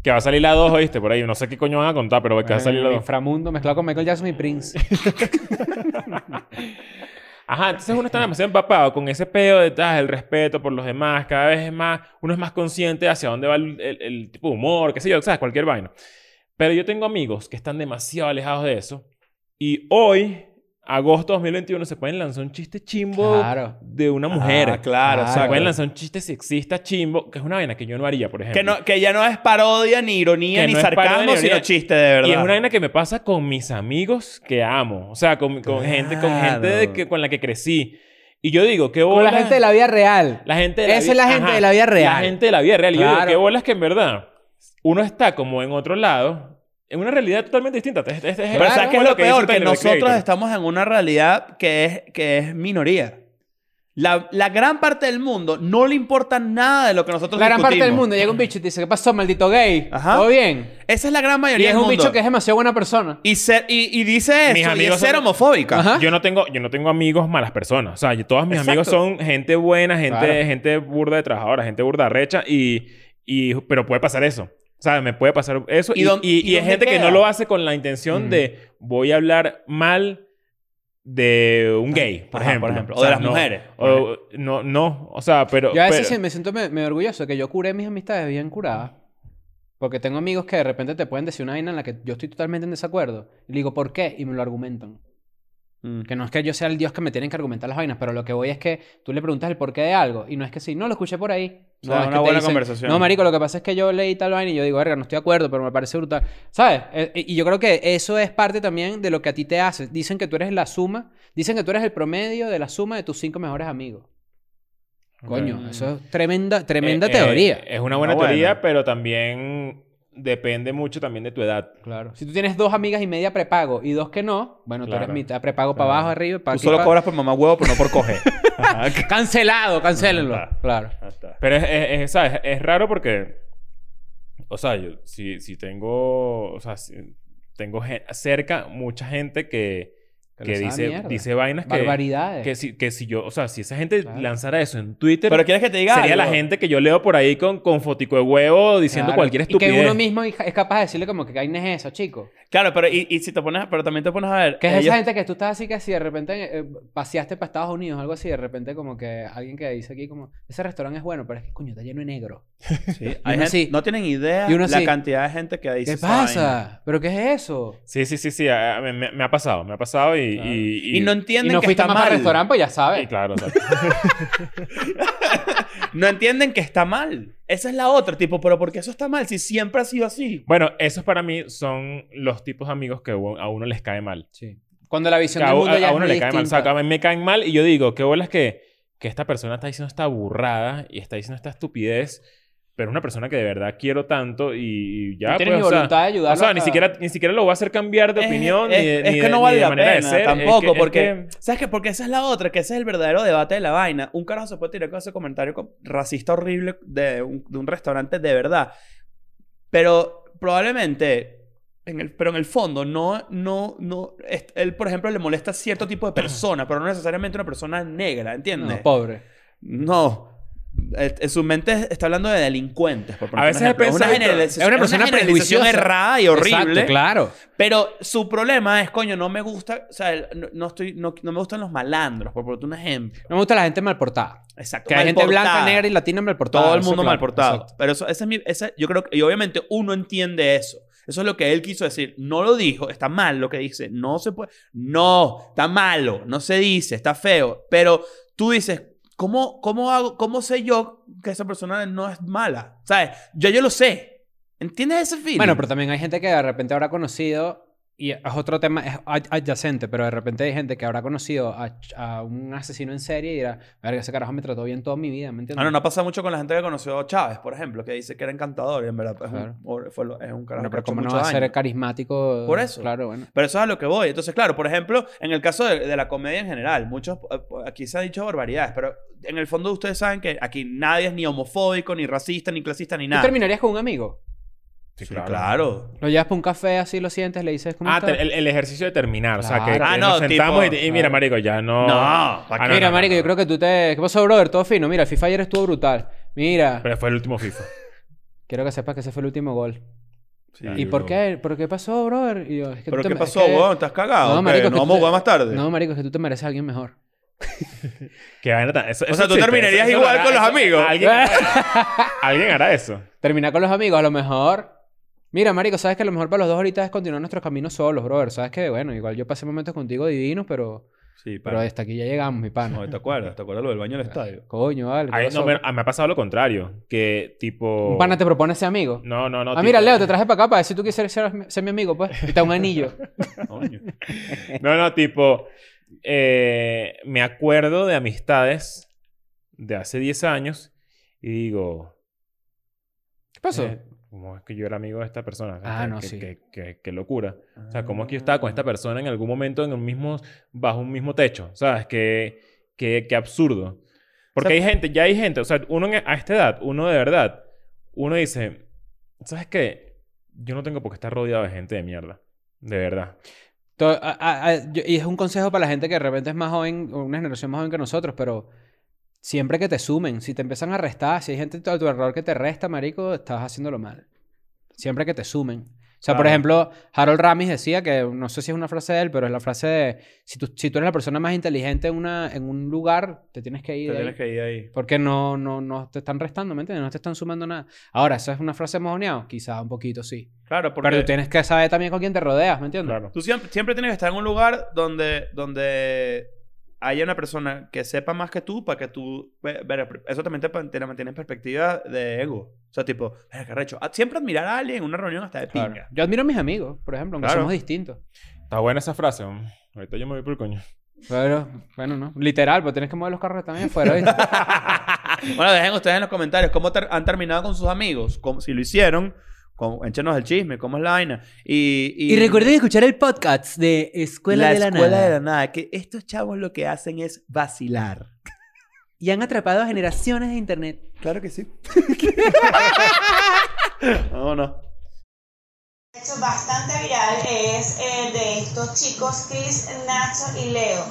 Speaker 2: que va a salir la 2, oíste, por ahí. No sé qué coño van a contar, pero que va a salir la 2.
Speaker 4: Inframundo mezclado con Michael Jackson
Speaker 2: (laughs)
Speaker 4: y Prince.
Speaker 2: Ajá, entonces uno está demasiado empapado con ese pedo de ah, el respeto por los demás, cada vez es más, uno es más consciente hacia dónde va el, el- el tipo de humor, qué sé yo, sabes, cualquier vaina. Pero yo tengo amigos que están demasiado alejados de eso y hoy, agosto 2021, se pueden lanzar un chiste chimbo
Speaker 4: Claro.
Speaker 2: de una mujer.
Speaker 3: Ah, claro,
Speaker 4: Claro.
Speaker 2: Se
Speaker 3: exacto.
Speaker 2: pueden lanzar un chiste sexista chimbo, que es una vaina que yo no haría, por ejemplo.
Speaker 3: Que, no, que ya no es parodia, ni ironía,
Speaker 2: Que
Speaker 3: ni
Speaker 2: no es
Speaker 3: sarcasmo,
Speaker 2: parodia, ni
Speaker 3: sino
Speaker 2: ironía.
Speaker 3: chiste de verdad.
Speaker 2: Y es una vaina que me pasa con mis amigos que amo. O sea, con, con gente, con gente de
Speaker 3: Claro.
Speaker 2: que, con la que crecí. Y yo digo, qué
Speaker 4: Con
Speaker 2: bola.
Speaker 4: la gente de la vida real.
Speaker 2: La gente de la
Speaker 4: Esa es
Speaker 2: vi-
Speaker 4: la gente de la vida real.
Speaker 2: La gente de la vida real. Y yo digo,
Speaker 4: Claro.
Speaker 2: qué bolas que en verdad uno está como en otro lado, en una realidad totalmente distinta. Este- este- este-
Speaker 3: Pero
Speaker 2: este-
Speaker 3: ¿sabes
Speaker 2: este
Speaker 3: qué es
Speaker 2: lo
Speaker 3: lo
Speaker 2: dice
Speaker 3: Eh, peor? Que
Speaker 2: Tyler, The
Speaker 3: nosotros
Speaker 2: Creator.
Speaker 3: estamos en una realidad que es, que es minoría. La, la gran parte del mundo no le importa nada de lo que nosotros
Speaker 4: La gran parte del
Speaker 3: discutimos.
Speaker 4: mundo llega un bicho y te dice, ¿qué pasó, maldito gay?
Speaker 3: Ajá.
Speaker 4: ¿Todo bien?
Speaker 3: Esa es la gran
Speaker 4: Y
Speaker 3: mayoría
Speaker 4: es
Speaker 3: del
Speaker 4: un
Speaker 3: mundo.
Speaker 4: bicho que es demasiado buena persona.
Speaker 3: Y, ser- y, y dice
Speaker 2: Mis
Speaker 3: eso, y
Speaker 2: amigos
Speaker 3: es ser
Speaker 2: son-
Speaker 3: homofóbica.
Speaker 4: Ajá.
Speaker 2: Yo no tengo, yo no tengo amigos malas personas. O sea, yo- todos mis
Speaker 3: Exacto.
Speaker 2: amigos son gente buena, gente,
Speaker 4: Claro.
Speaker 2: gente burda de trabajadora, gente burda recha y, y pero puede pasar eso. O sea, me puede pasar eso.
Speaker 3: ¿Y
Speaker 2: Y,
Speaker 3: dónde-
Speaker 2: y-
Speaker 3: y
Speaker 2: y hay
Speaker 3: dónde
Speaker 2: gente que
Speaker 3: queda? Mm.
Speaker 2: no lo hace con la intención
Speaker 4: Ujú.
Speaker 2: de voy a hablar mal de un gay, por,
Speaker 3: Ajá,
Speaker 2: ejemplo.
Speaker 3: por ejemplo. O
Speaker 2: sea,
Speaker 3: de las
Speaker 2: no-
Speaker 3: mujeres.
Speaker 2: o- no, no. O sea, pero...
Speaker 4: Yo a veces
Speaker 2: pero-
Speaker 4: sí me siento me, me orgulloso que yo curé mis amistades bien curadas. Porque tengo amigos que de repente te pueden decir una vaina en la que yo estoy totalmente en desacuerdo. Y le digo, ¿por qué? Y me lo argumentan. Que no es que yo sea el dios que me tienen que argumentar las vainas, pero lo que voy es que tú le preguntas el porqué de algo. Y no es que sí, no lo escuché por ahí.
Speaker 3: O
Speaker 4: No,
Speaker 3: sea, una
Speaker 4: es que te
Speaker 3: buena
Speaker 4: dicen,
Speaker 3: conversación.
Speaker 4: No, marico, lo que pasa es que yo leí tal vaina y yo digo, verga, no estoy de acuerdo, pero me parece brutal. ¿Sabes? Eh, Y y yo creo que eso es parte también de lo que a ti te hace. Dicen que tú eres la suma, dicen que tú eres el promedio de la suma de tus cinco mejores amigos. Coño,
Speaker 3: Ok.
Speaker 4: eso es tremenda, tremenda
Speaker 2: Eh, eh,
Speaker 4: teoría.
Speaker 2: es una buena
Speaker 3: Una buena.
Speaker 2: teoría, pero también depende mucho también de tu
Speaker 3: (laughs)
Speaker 2: edad.
Speaker 4: Claro. Si tú tienes dos amigas y media prepago y dos que no, bueno, tú
Speaker 2: Claro.
Speaker 4: eres mitad prepago para
Speaker 2: Claro.
Speaker 4: abajo, arriba, para (laughs)
Speaker 3: Tú solo cobras por mamá huevo, pero no por coger. Ajá,
Speaker 4: Cancelado, cancelenlo.
Speaker 2: Ah,
Speaker 3: Ajá.
Speaker 4: Claro.
Speaker 3: ya Ah, está.
Speaker 2: Pero es, es- es, ¿sabes? es raro porque. O sea, yo, si, si tengo. O sea, si- tengo gen- cerca mucha gente que,
Speaker 4: Que
Speaker 2: que
Speaker 4: les da
Speaker 2: dice,
Speaker 4: mierda.
Speaker 2: dice vainas que.
Speaker 4: Barbaridades.
Speaker 2: Que si, que si yo. O sea, si esa gente
Speaker 4: Claro.
Speaker 2: lanzara eso en Twitter.
Speaker 3: Pero quieres que te diga
Speaker 2: sería la
Speaker 3: algo?
Speaker 2: gente que yo leo por ahí con, con fotico de huevo diciendo
Speaker 4: Claro.
Speaker 2: cualquier estupidez.
Speaker 4: Y que uno mismo es capaz de decirle como que vaina es eso, chico.
Speaker 3: Claro, pero y, y si te pones, pero también te pones a ver.
Speaker 4: Que es
Speaker 3: ellos-
Speaker 4: esa gente que tú estás así que si de repente eh, paseaste para Estados Unidos o algo así, de repente como que alguien que dice aquí como, ese restaurante es bueno, pero es que coño, está lleno de negro.
Speaker 3: Sí, hay
Speaker 4: uno
Speaker 3: gente-
Speaker 4: sí.
Speaker 3: no tienen idea
Speaker 4: Y uno
Speaker 3: la
Speaker 4: sí.
Speaker 3: cantidad de gente que dice
Speaker 4: ¿Qué
Speaker 3: esa
Speaker 4: pasa?
Speaker 3: vaina.
Speaker 4: ¿Pero qué es eso?
Speaker 2: Sí, sí, sí, sí. ah, me, me- me ha pasado, me ha pasado y.
Speaker 3: Claro.
Speaker 2: y-
Speaker 3: Y, no
Speaker 4: Y
Speaker 3: entienden
Speaker 4: no
Speaker 3: que
Speaker 4: fuiste
Speaker 3: está
Speaker 4: más al
Speaker 3: mal.
Speaker 4: restaurante, pues ya sabes.
Speaker 2: y claro, o sea,
Speaker 3: No entienden que está mal. Esa es la otra, tipo, pero porque eso está mal si siempre ha sido así.
Speaker 2: Bueno, esos para mí son los tipos de amigos que u- a uno les cae mal.
Speaker 4: Sí. Cuando la visión
Speaker 2: Que a,
Speaker 4: del
Speaker 2: u-
Speaker 4: mundo
Speaker 2: a-
Speaker 4: ya
Speaker 2: a
Speaker 4: es
Speaker 2: uno
Speaker 4: muy
Speaker 2: le cae mal. O sea,
Speaker 4: distinta.
Speaker 2: que a mí me caen mal y yo digo, qué bolas que, que esta persona está diciendo esta burrada y está diciendo esta estupidez, pero es una persona que de verdad quiero tanto y, y ya.
Speaker 4: no tienes
Speaker 2: pues,
Speaker 4: ni
Speaker 2: o sea,
Speaker 4: voluntad de ayudarlo.
Speaker 2: o sea, ni
Speaker 4: a-
Speaker 2: siquiera, ni siquiera lo voy a hacer cambiar de
Speaker 3: Es-
Speaker 2: opinión
Speaker 3: es,
Speaker 2: ni, de-
Speaker 3: es
Speaker 2: ni
Speaker 3: que
Speaker 2: de-
Speaker 3: no
Speaker 2: ni
Speaker 3: vale
Speaker 2: de
Speaker 3: la
Speaker 2: manera de
Speaker 3: pena
Speaker 2: ser. Es
Speaker 3: tampoco,
Speaker 2: que- es
Speaker 3: porque
Speaker 2: que-
Speaker 3: ¿sabes qué? Porque esa es la otra, que ese es el verdadero debate de la vaina. Un carajo se puede tirar con ese comentario co- racista horrible de un, de un restaurante de verdad. Pero probablemente en el, pero en el fondo no no no est- él por ejemplo le molesta a cierto tipo de persona, pero no necesariamente una persona negra, ¿entiendes?
Speaker 4: No, pobre.
Speaker 3: No. Eh, En su mente está hablando de delincuentes. Por poner
Speaker 2: A veces
Speaker 3: un ejemplo.
Speaker 2: él
Speaker 3: una
Speaker 2: piensa-
Speaker 3: generalización,
Speaker 4: es una persona
Speaker 3: generalización
Speaker 4: prejuiciosa.
Speaker 3: errada y horrible.
Speaker 4: Exacto, claro.
Speaker 3: Pero su problema es, coño, no me gusta, o sea, el- no, no estoy, no, no me gustan los malandros, por ponerte un ejemplo.
Speaker 4: No me gusta la gente mal portada.
Speaker 3: Exacto.
Speaker 4: Que hay gente
Speaker 3: malportada.
Speaker 4: blanca, negra y latina mal portada.
Speaker 3: Todo el
Speaker 4: eso,
Speaker 3: mundo
Speaker 4: claro,
Speaker 3: mal portado.
Speaker 4: exacto.
Speaker 3: Pero eso, ese es mi, ese- yo creo que, y obviamente uno entiende eso. Eso es lo que él quiso decir. No lo dijo, está mal lo que dice. No se puede, no, está malo, no se dice, está feo. Pero tú dices, ¿cómo, cómo hago, cómo sé yo que esa persona no es mala? ¿Sabes? Ya yo lo sé. ¿Entiendes ese feeling?
Speaker 4: Bueno, pero también hay gente que de repente habrá conocido, y es otro tema, es ad- adyacente, pero de repente hay gente que habrá conocido a, ch- a un asesino en serie y dirá, verga, ese carajo me trató bien toda mi vida, ¿me entiendes?
Speaker 3: Ah, no, no pasa mucho con la gente que conoció a Chávez, por ejemplo, que dice que era encantador y en verdad pues, es
Speaker 4: Claro.
Speaker 3: un- o- fue lo- es un carajo
Speaker 4: Bueno,
Speaker 3: que ha
Speaker 4: pero
Speaker 3: hecho
Speaker 4: como no
Speaker 3: mucho
Speaker 4: va a ser
Speaker 3: daño.
Speaker 4: carismático.
Speaker 3: Por eso.
Speaker 4: Claro, bueno.
Speaker 3: Pero eso es a lo que voy. Entonces, claro, por ejemplo, en el caso de, de la comedia en general, muchos, eh, aquí se han dicho barbaridades, pero en el fondo ustedes saben que aquí nadie es ni homofóbico, ni racista, ni clasista, ni
Speaker 4: ¿Tú
Speaker 3: nada.
Speaker 4: terminarías con un amigo?
Speaker 2: Sí,
Speaker 3: Sí,
Speaker 2: claro.
Speaker 3: claro.
Speaker 4: Lo llevas para un café, así lo sientes, le dices, ¿cómo
Speaker 2: Ah,
Speaker 4: estás?
Speaker 2: te- el, el ejercicio de terminar. O sea, que,
Speaker 4: Claro.
Speaker 2: que
Speaker 3: Ah,
Speaker 2: nos
Speaker 3: no,
Speaker 2: sentamos
Speaker 3: tipo-
Speaker 2: y, y mira,
Speaker 4: claro.
Speaker 2: marico, ya no...
Speaker 3: No, ¿pa'
Speaker 2: Ah,
Speaker 3: qué?
Speaker 4: Mira,
Speaker 2: no,
Speaker 4: marico,
Speaker 2: no.
Speaker 4: yo creo que tú te... ¿Qué pasó, brother? Todo fino. Mira, el FIFA ayer estuvo brutal. Mira,
Speaker 2: Pero fue el último FIFA.
Speaker 4: quiero que sepas que ese fue el último gol.
Speaker 3: Sí.
Speaker 4: ¿Y
Speaker 2: Ay,
Speaker 4: por
Speaker 2: bro.
Speaker 4: qué? ¿Pero qué pasó, brother? Y yo, es que
Speaker 3: ¿Pero
Speaker 4: tú te-
Speaker 3: qué
Speaker 4: es
Speaker 3: pasó,
Speaker 4: que-
Speaker 3: weón? ¿Estás cagado?
Speaker 4: No,
Speaker 3: ¿Qué?
Speaker 4: marico, es
Speaker 3: ¿No
Speaker 4: que
Speaker 3: vamos a
Speaker 4: tú-
Speaker 3: jugar más tarde?
Speaker 4: No, marico, es que tú te mereces a alguien mejor.
Speaker 2: Qué vaina tan- eso-
Speaker 3: O
Speaker 2: eso
Speaker 3: sea, ¿tú
Speaker 2: existe,
Speaker 3: terminarías
Speaker 2: eso- eso
Speaker 3: igual
Speaker 2: lo
Speaker 3: con
Speaker 2: hará-
Speaker 3: los amigos? (laughs)
Speaker 2: Alguien, alguien hará eso.
Speaker 4: Terminar con los amigos, a lo mejor. Mira, marico, sabes que lo mejor para los dos ahorita es continuar nuestros caminos solos, brother. Sabes que, bueno, igual yo pasé momentos contigo divinos, pero,
Speaker 3: Sí,
Speaker 4: pero hasta aquí ya llegamos, mi
Speaker 2: Ah,
Speaker 4: pana.
Speaker 3: No, ¿te acuerdas? ¿Te acuerdas lo del baño del estadio?
Speaker 4: Coño, vale. ¿qué
Speaker 2: Ay, no,
Speaker 4: pasó?
Speaker 2: me, ah, me ha pasado lo contrario. Que tipo.
Speaker 4: Un pana te propone ese amigo.
Speaker 2: No, no, no.
Speaker 4: ah,
Speaker 2: tipo- (laughs)
Speaker 4: mira, Leo, te traje para acá para ver si tú quieres ser, ser mi amigo, pues. Y te da un anillo.
Speaker 3: Coño.
Speaker 2: No, no, tipo. eh, me acuerdo de amistades de hace 10 años y digo.
Speaker 4: ¿Qué pasó?
Speaker 2: eh, ¿Cómo es que yo era amigo de esta persona?
Speaker 4: Ah,
Speaker 2: Qué-
Speaker 4: no,
Speaker 2: qué-
Speaker 4: sí. Ah.
Speaker 2: qué- qué- qué locura. O sea, ¿cómo es que yo estaba con esta persona en algún momento en el mismo, bajo un mismo techo? ¿Sabes? Qué, qué, qué absurdo. Porque
Speaker 3: O sea,
Speaker 2: hay gente, ya hay gente, o sea, uno en- e, a esta edad, uno de verdad, uno dice, ¿sabes qué? Yo no tengo por qué estar rodeado de gente de mierda. De verdad.
Speaker 4: To- a- a- a- yo- y es un consejo para la gente que de repente es más joven, o una generación más joven que nosotros, pero siempre que te sumen, si te empiezan a restar, si hay gente a tu error que te resta, marico, estás haciéndolo mal. Siempre que te sumen. O sea, por
Speaker 3: Claro.
Speaker 4: ejemplo, Harold Ramis decía que, no sé si es una frase de él, pero es la frase de, si tú, si tú eres la persona más inteligente en, una, en un lugar, te tienes que ir.
Speaker 3: Te
Speaker 4: de ahí.
Speaker 3: tienes que ir ahí.
Speaker 4: Porque no, no, no te están restando, ¿me entiendes? No te están sumando nada. Ahora, ¿eso es una frase mojoneada? Quizá un poquito, sí.
Speaker 3: Claro, porque...
Speaker 4: Pero tú tienes que saber también con quién te rodeas, ¿me entiendes?
Speaker 2: Claro.
Speaker 3: Tú siempre, siempre tienes que estar en un lugar donde, donde haya una persona que sepa más que tú para que tú... ve- ver- Eso también te, pan- te la mantiene en perspectiva de ego. O sea, tipo, "Verga, arrecho". Ah, Siempre admirar a alguien en una reunión hasta de
Speaker 4: Claro.
Speaker 3: pinga.
Speaker 4: Yo admiro a mis amigos, por ejemplo, aunque
Speaker 3: Claro.
Speaker 4: somos distintos.
Speaker 2: Está buena esa frase. ¿no? Ahorita yo me voy por el coño.
Speaker 4: Pero, bueno, no. Literal, pues tienes que mover los carros también afuera, (laughs) ¿viste?
Speaker 3: bueno, dejen ustedes en los comentarios cómo ter- han terminado con sus amigos. cómo- si lo hicieron, cómo, échenos el chisme, cómo es la vaina. Y, y-
Speaker 4: escuchar el podcast de Escuela
Speaker 3: la Escuela de la Nada, que estos chavos lo que hacen es vacilar.
Speaker 4: y han atrapado a generaciones de internet.
Speaker 3: Claro que
Speaker 4: (laughs)
Speaker 3: sí. Vámonos.
Speaker 5: hecho bastante viral es el de estos chicos Chris, Nacho y Leo.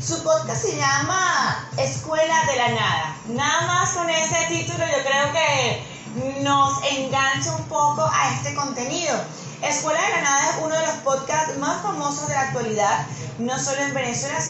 Speaker 5: Su podcast se llama Escuela de la Nada. Nada más con ese título yo creo que nos engancha un poco a este contenido. Escuela de la Nada es uno de los podcasts más famosos de la actualidad, no solo en Venezuela,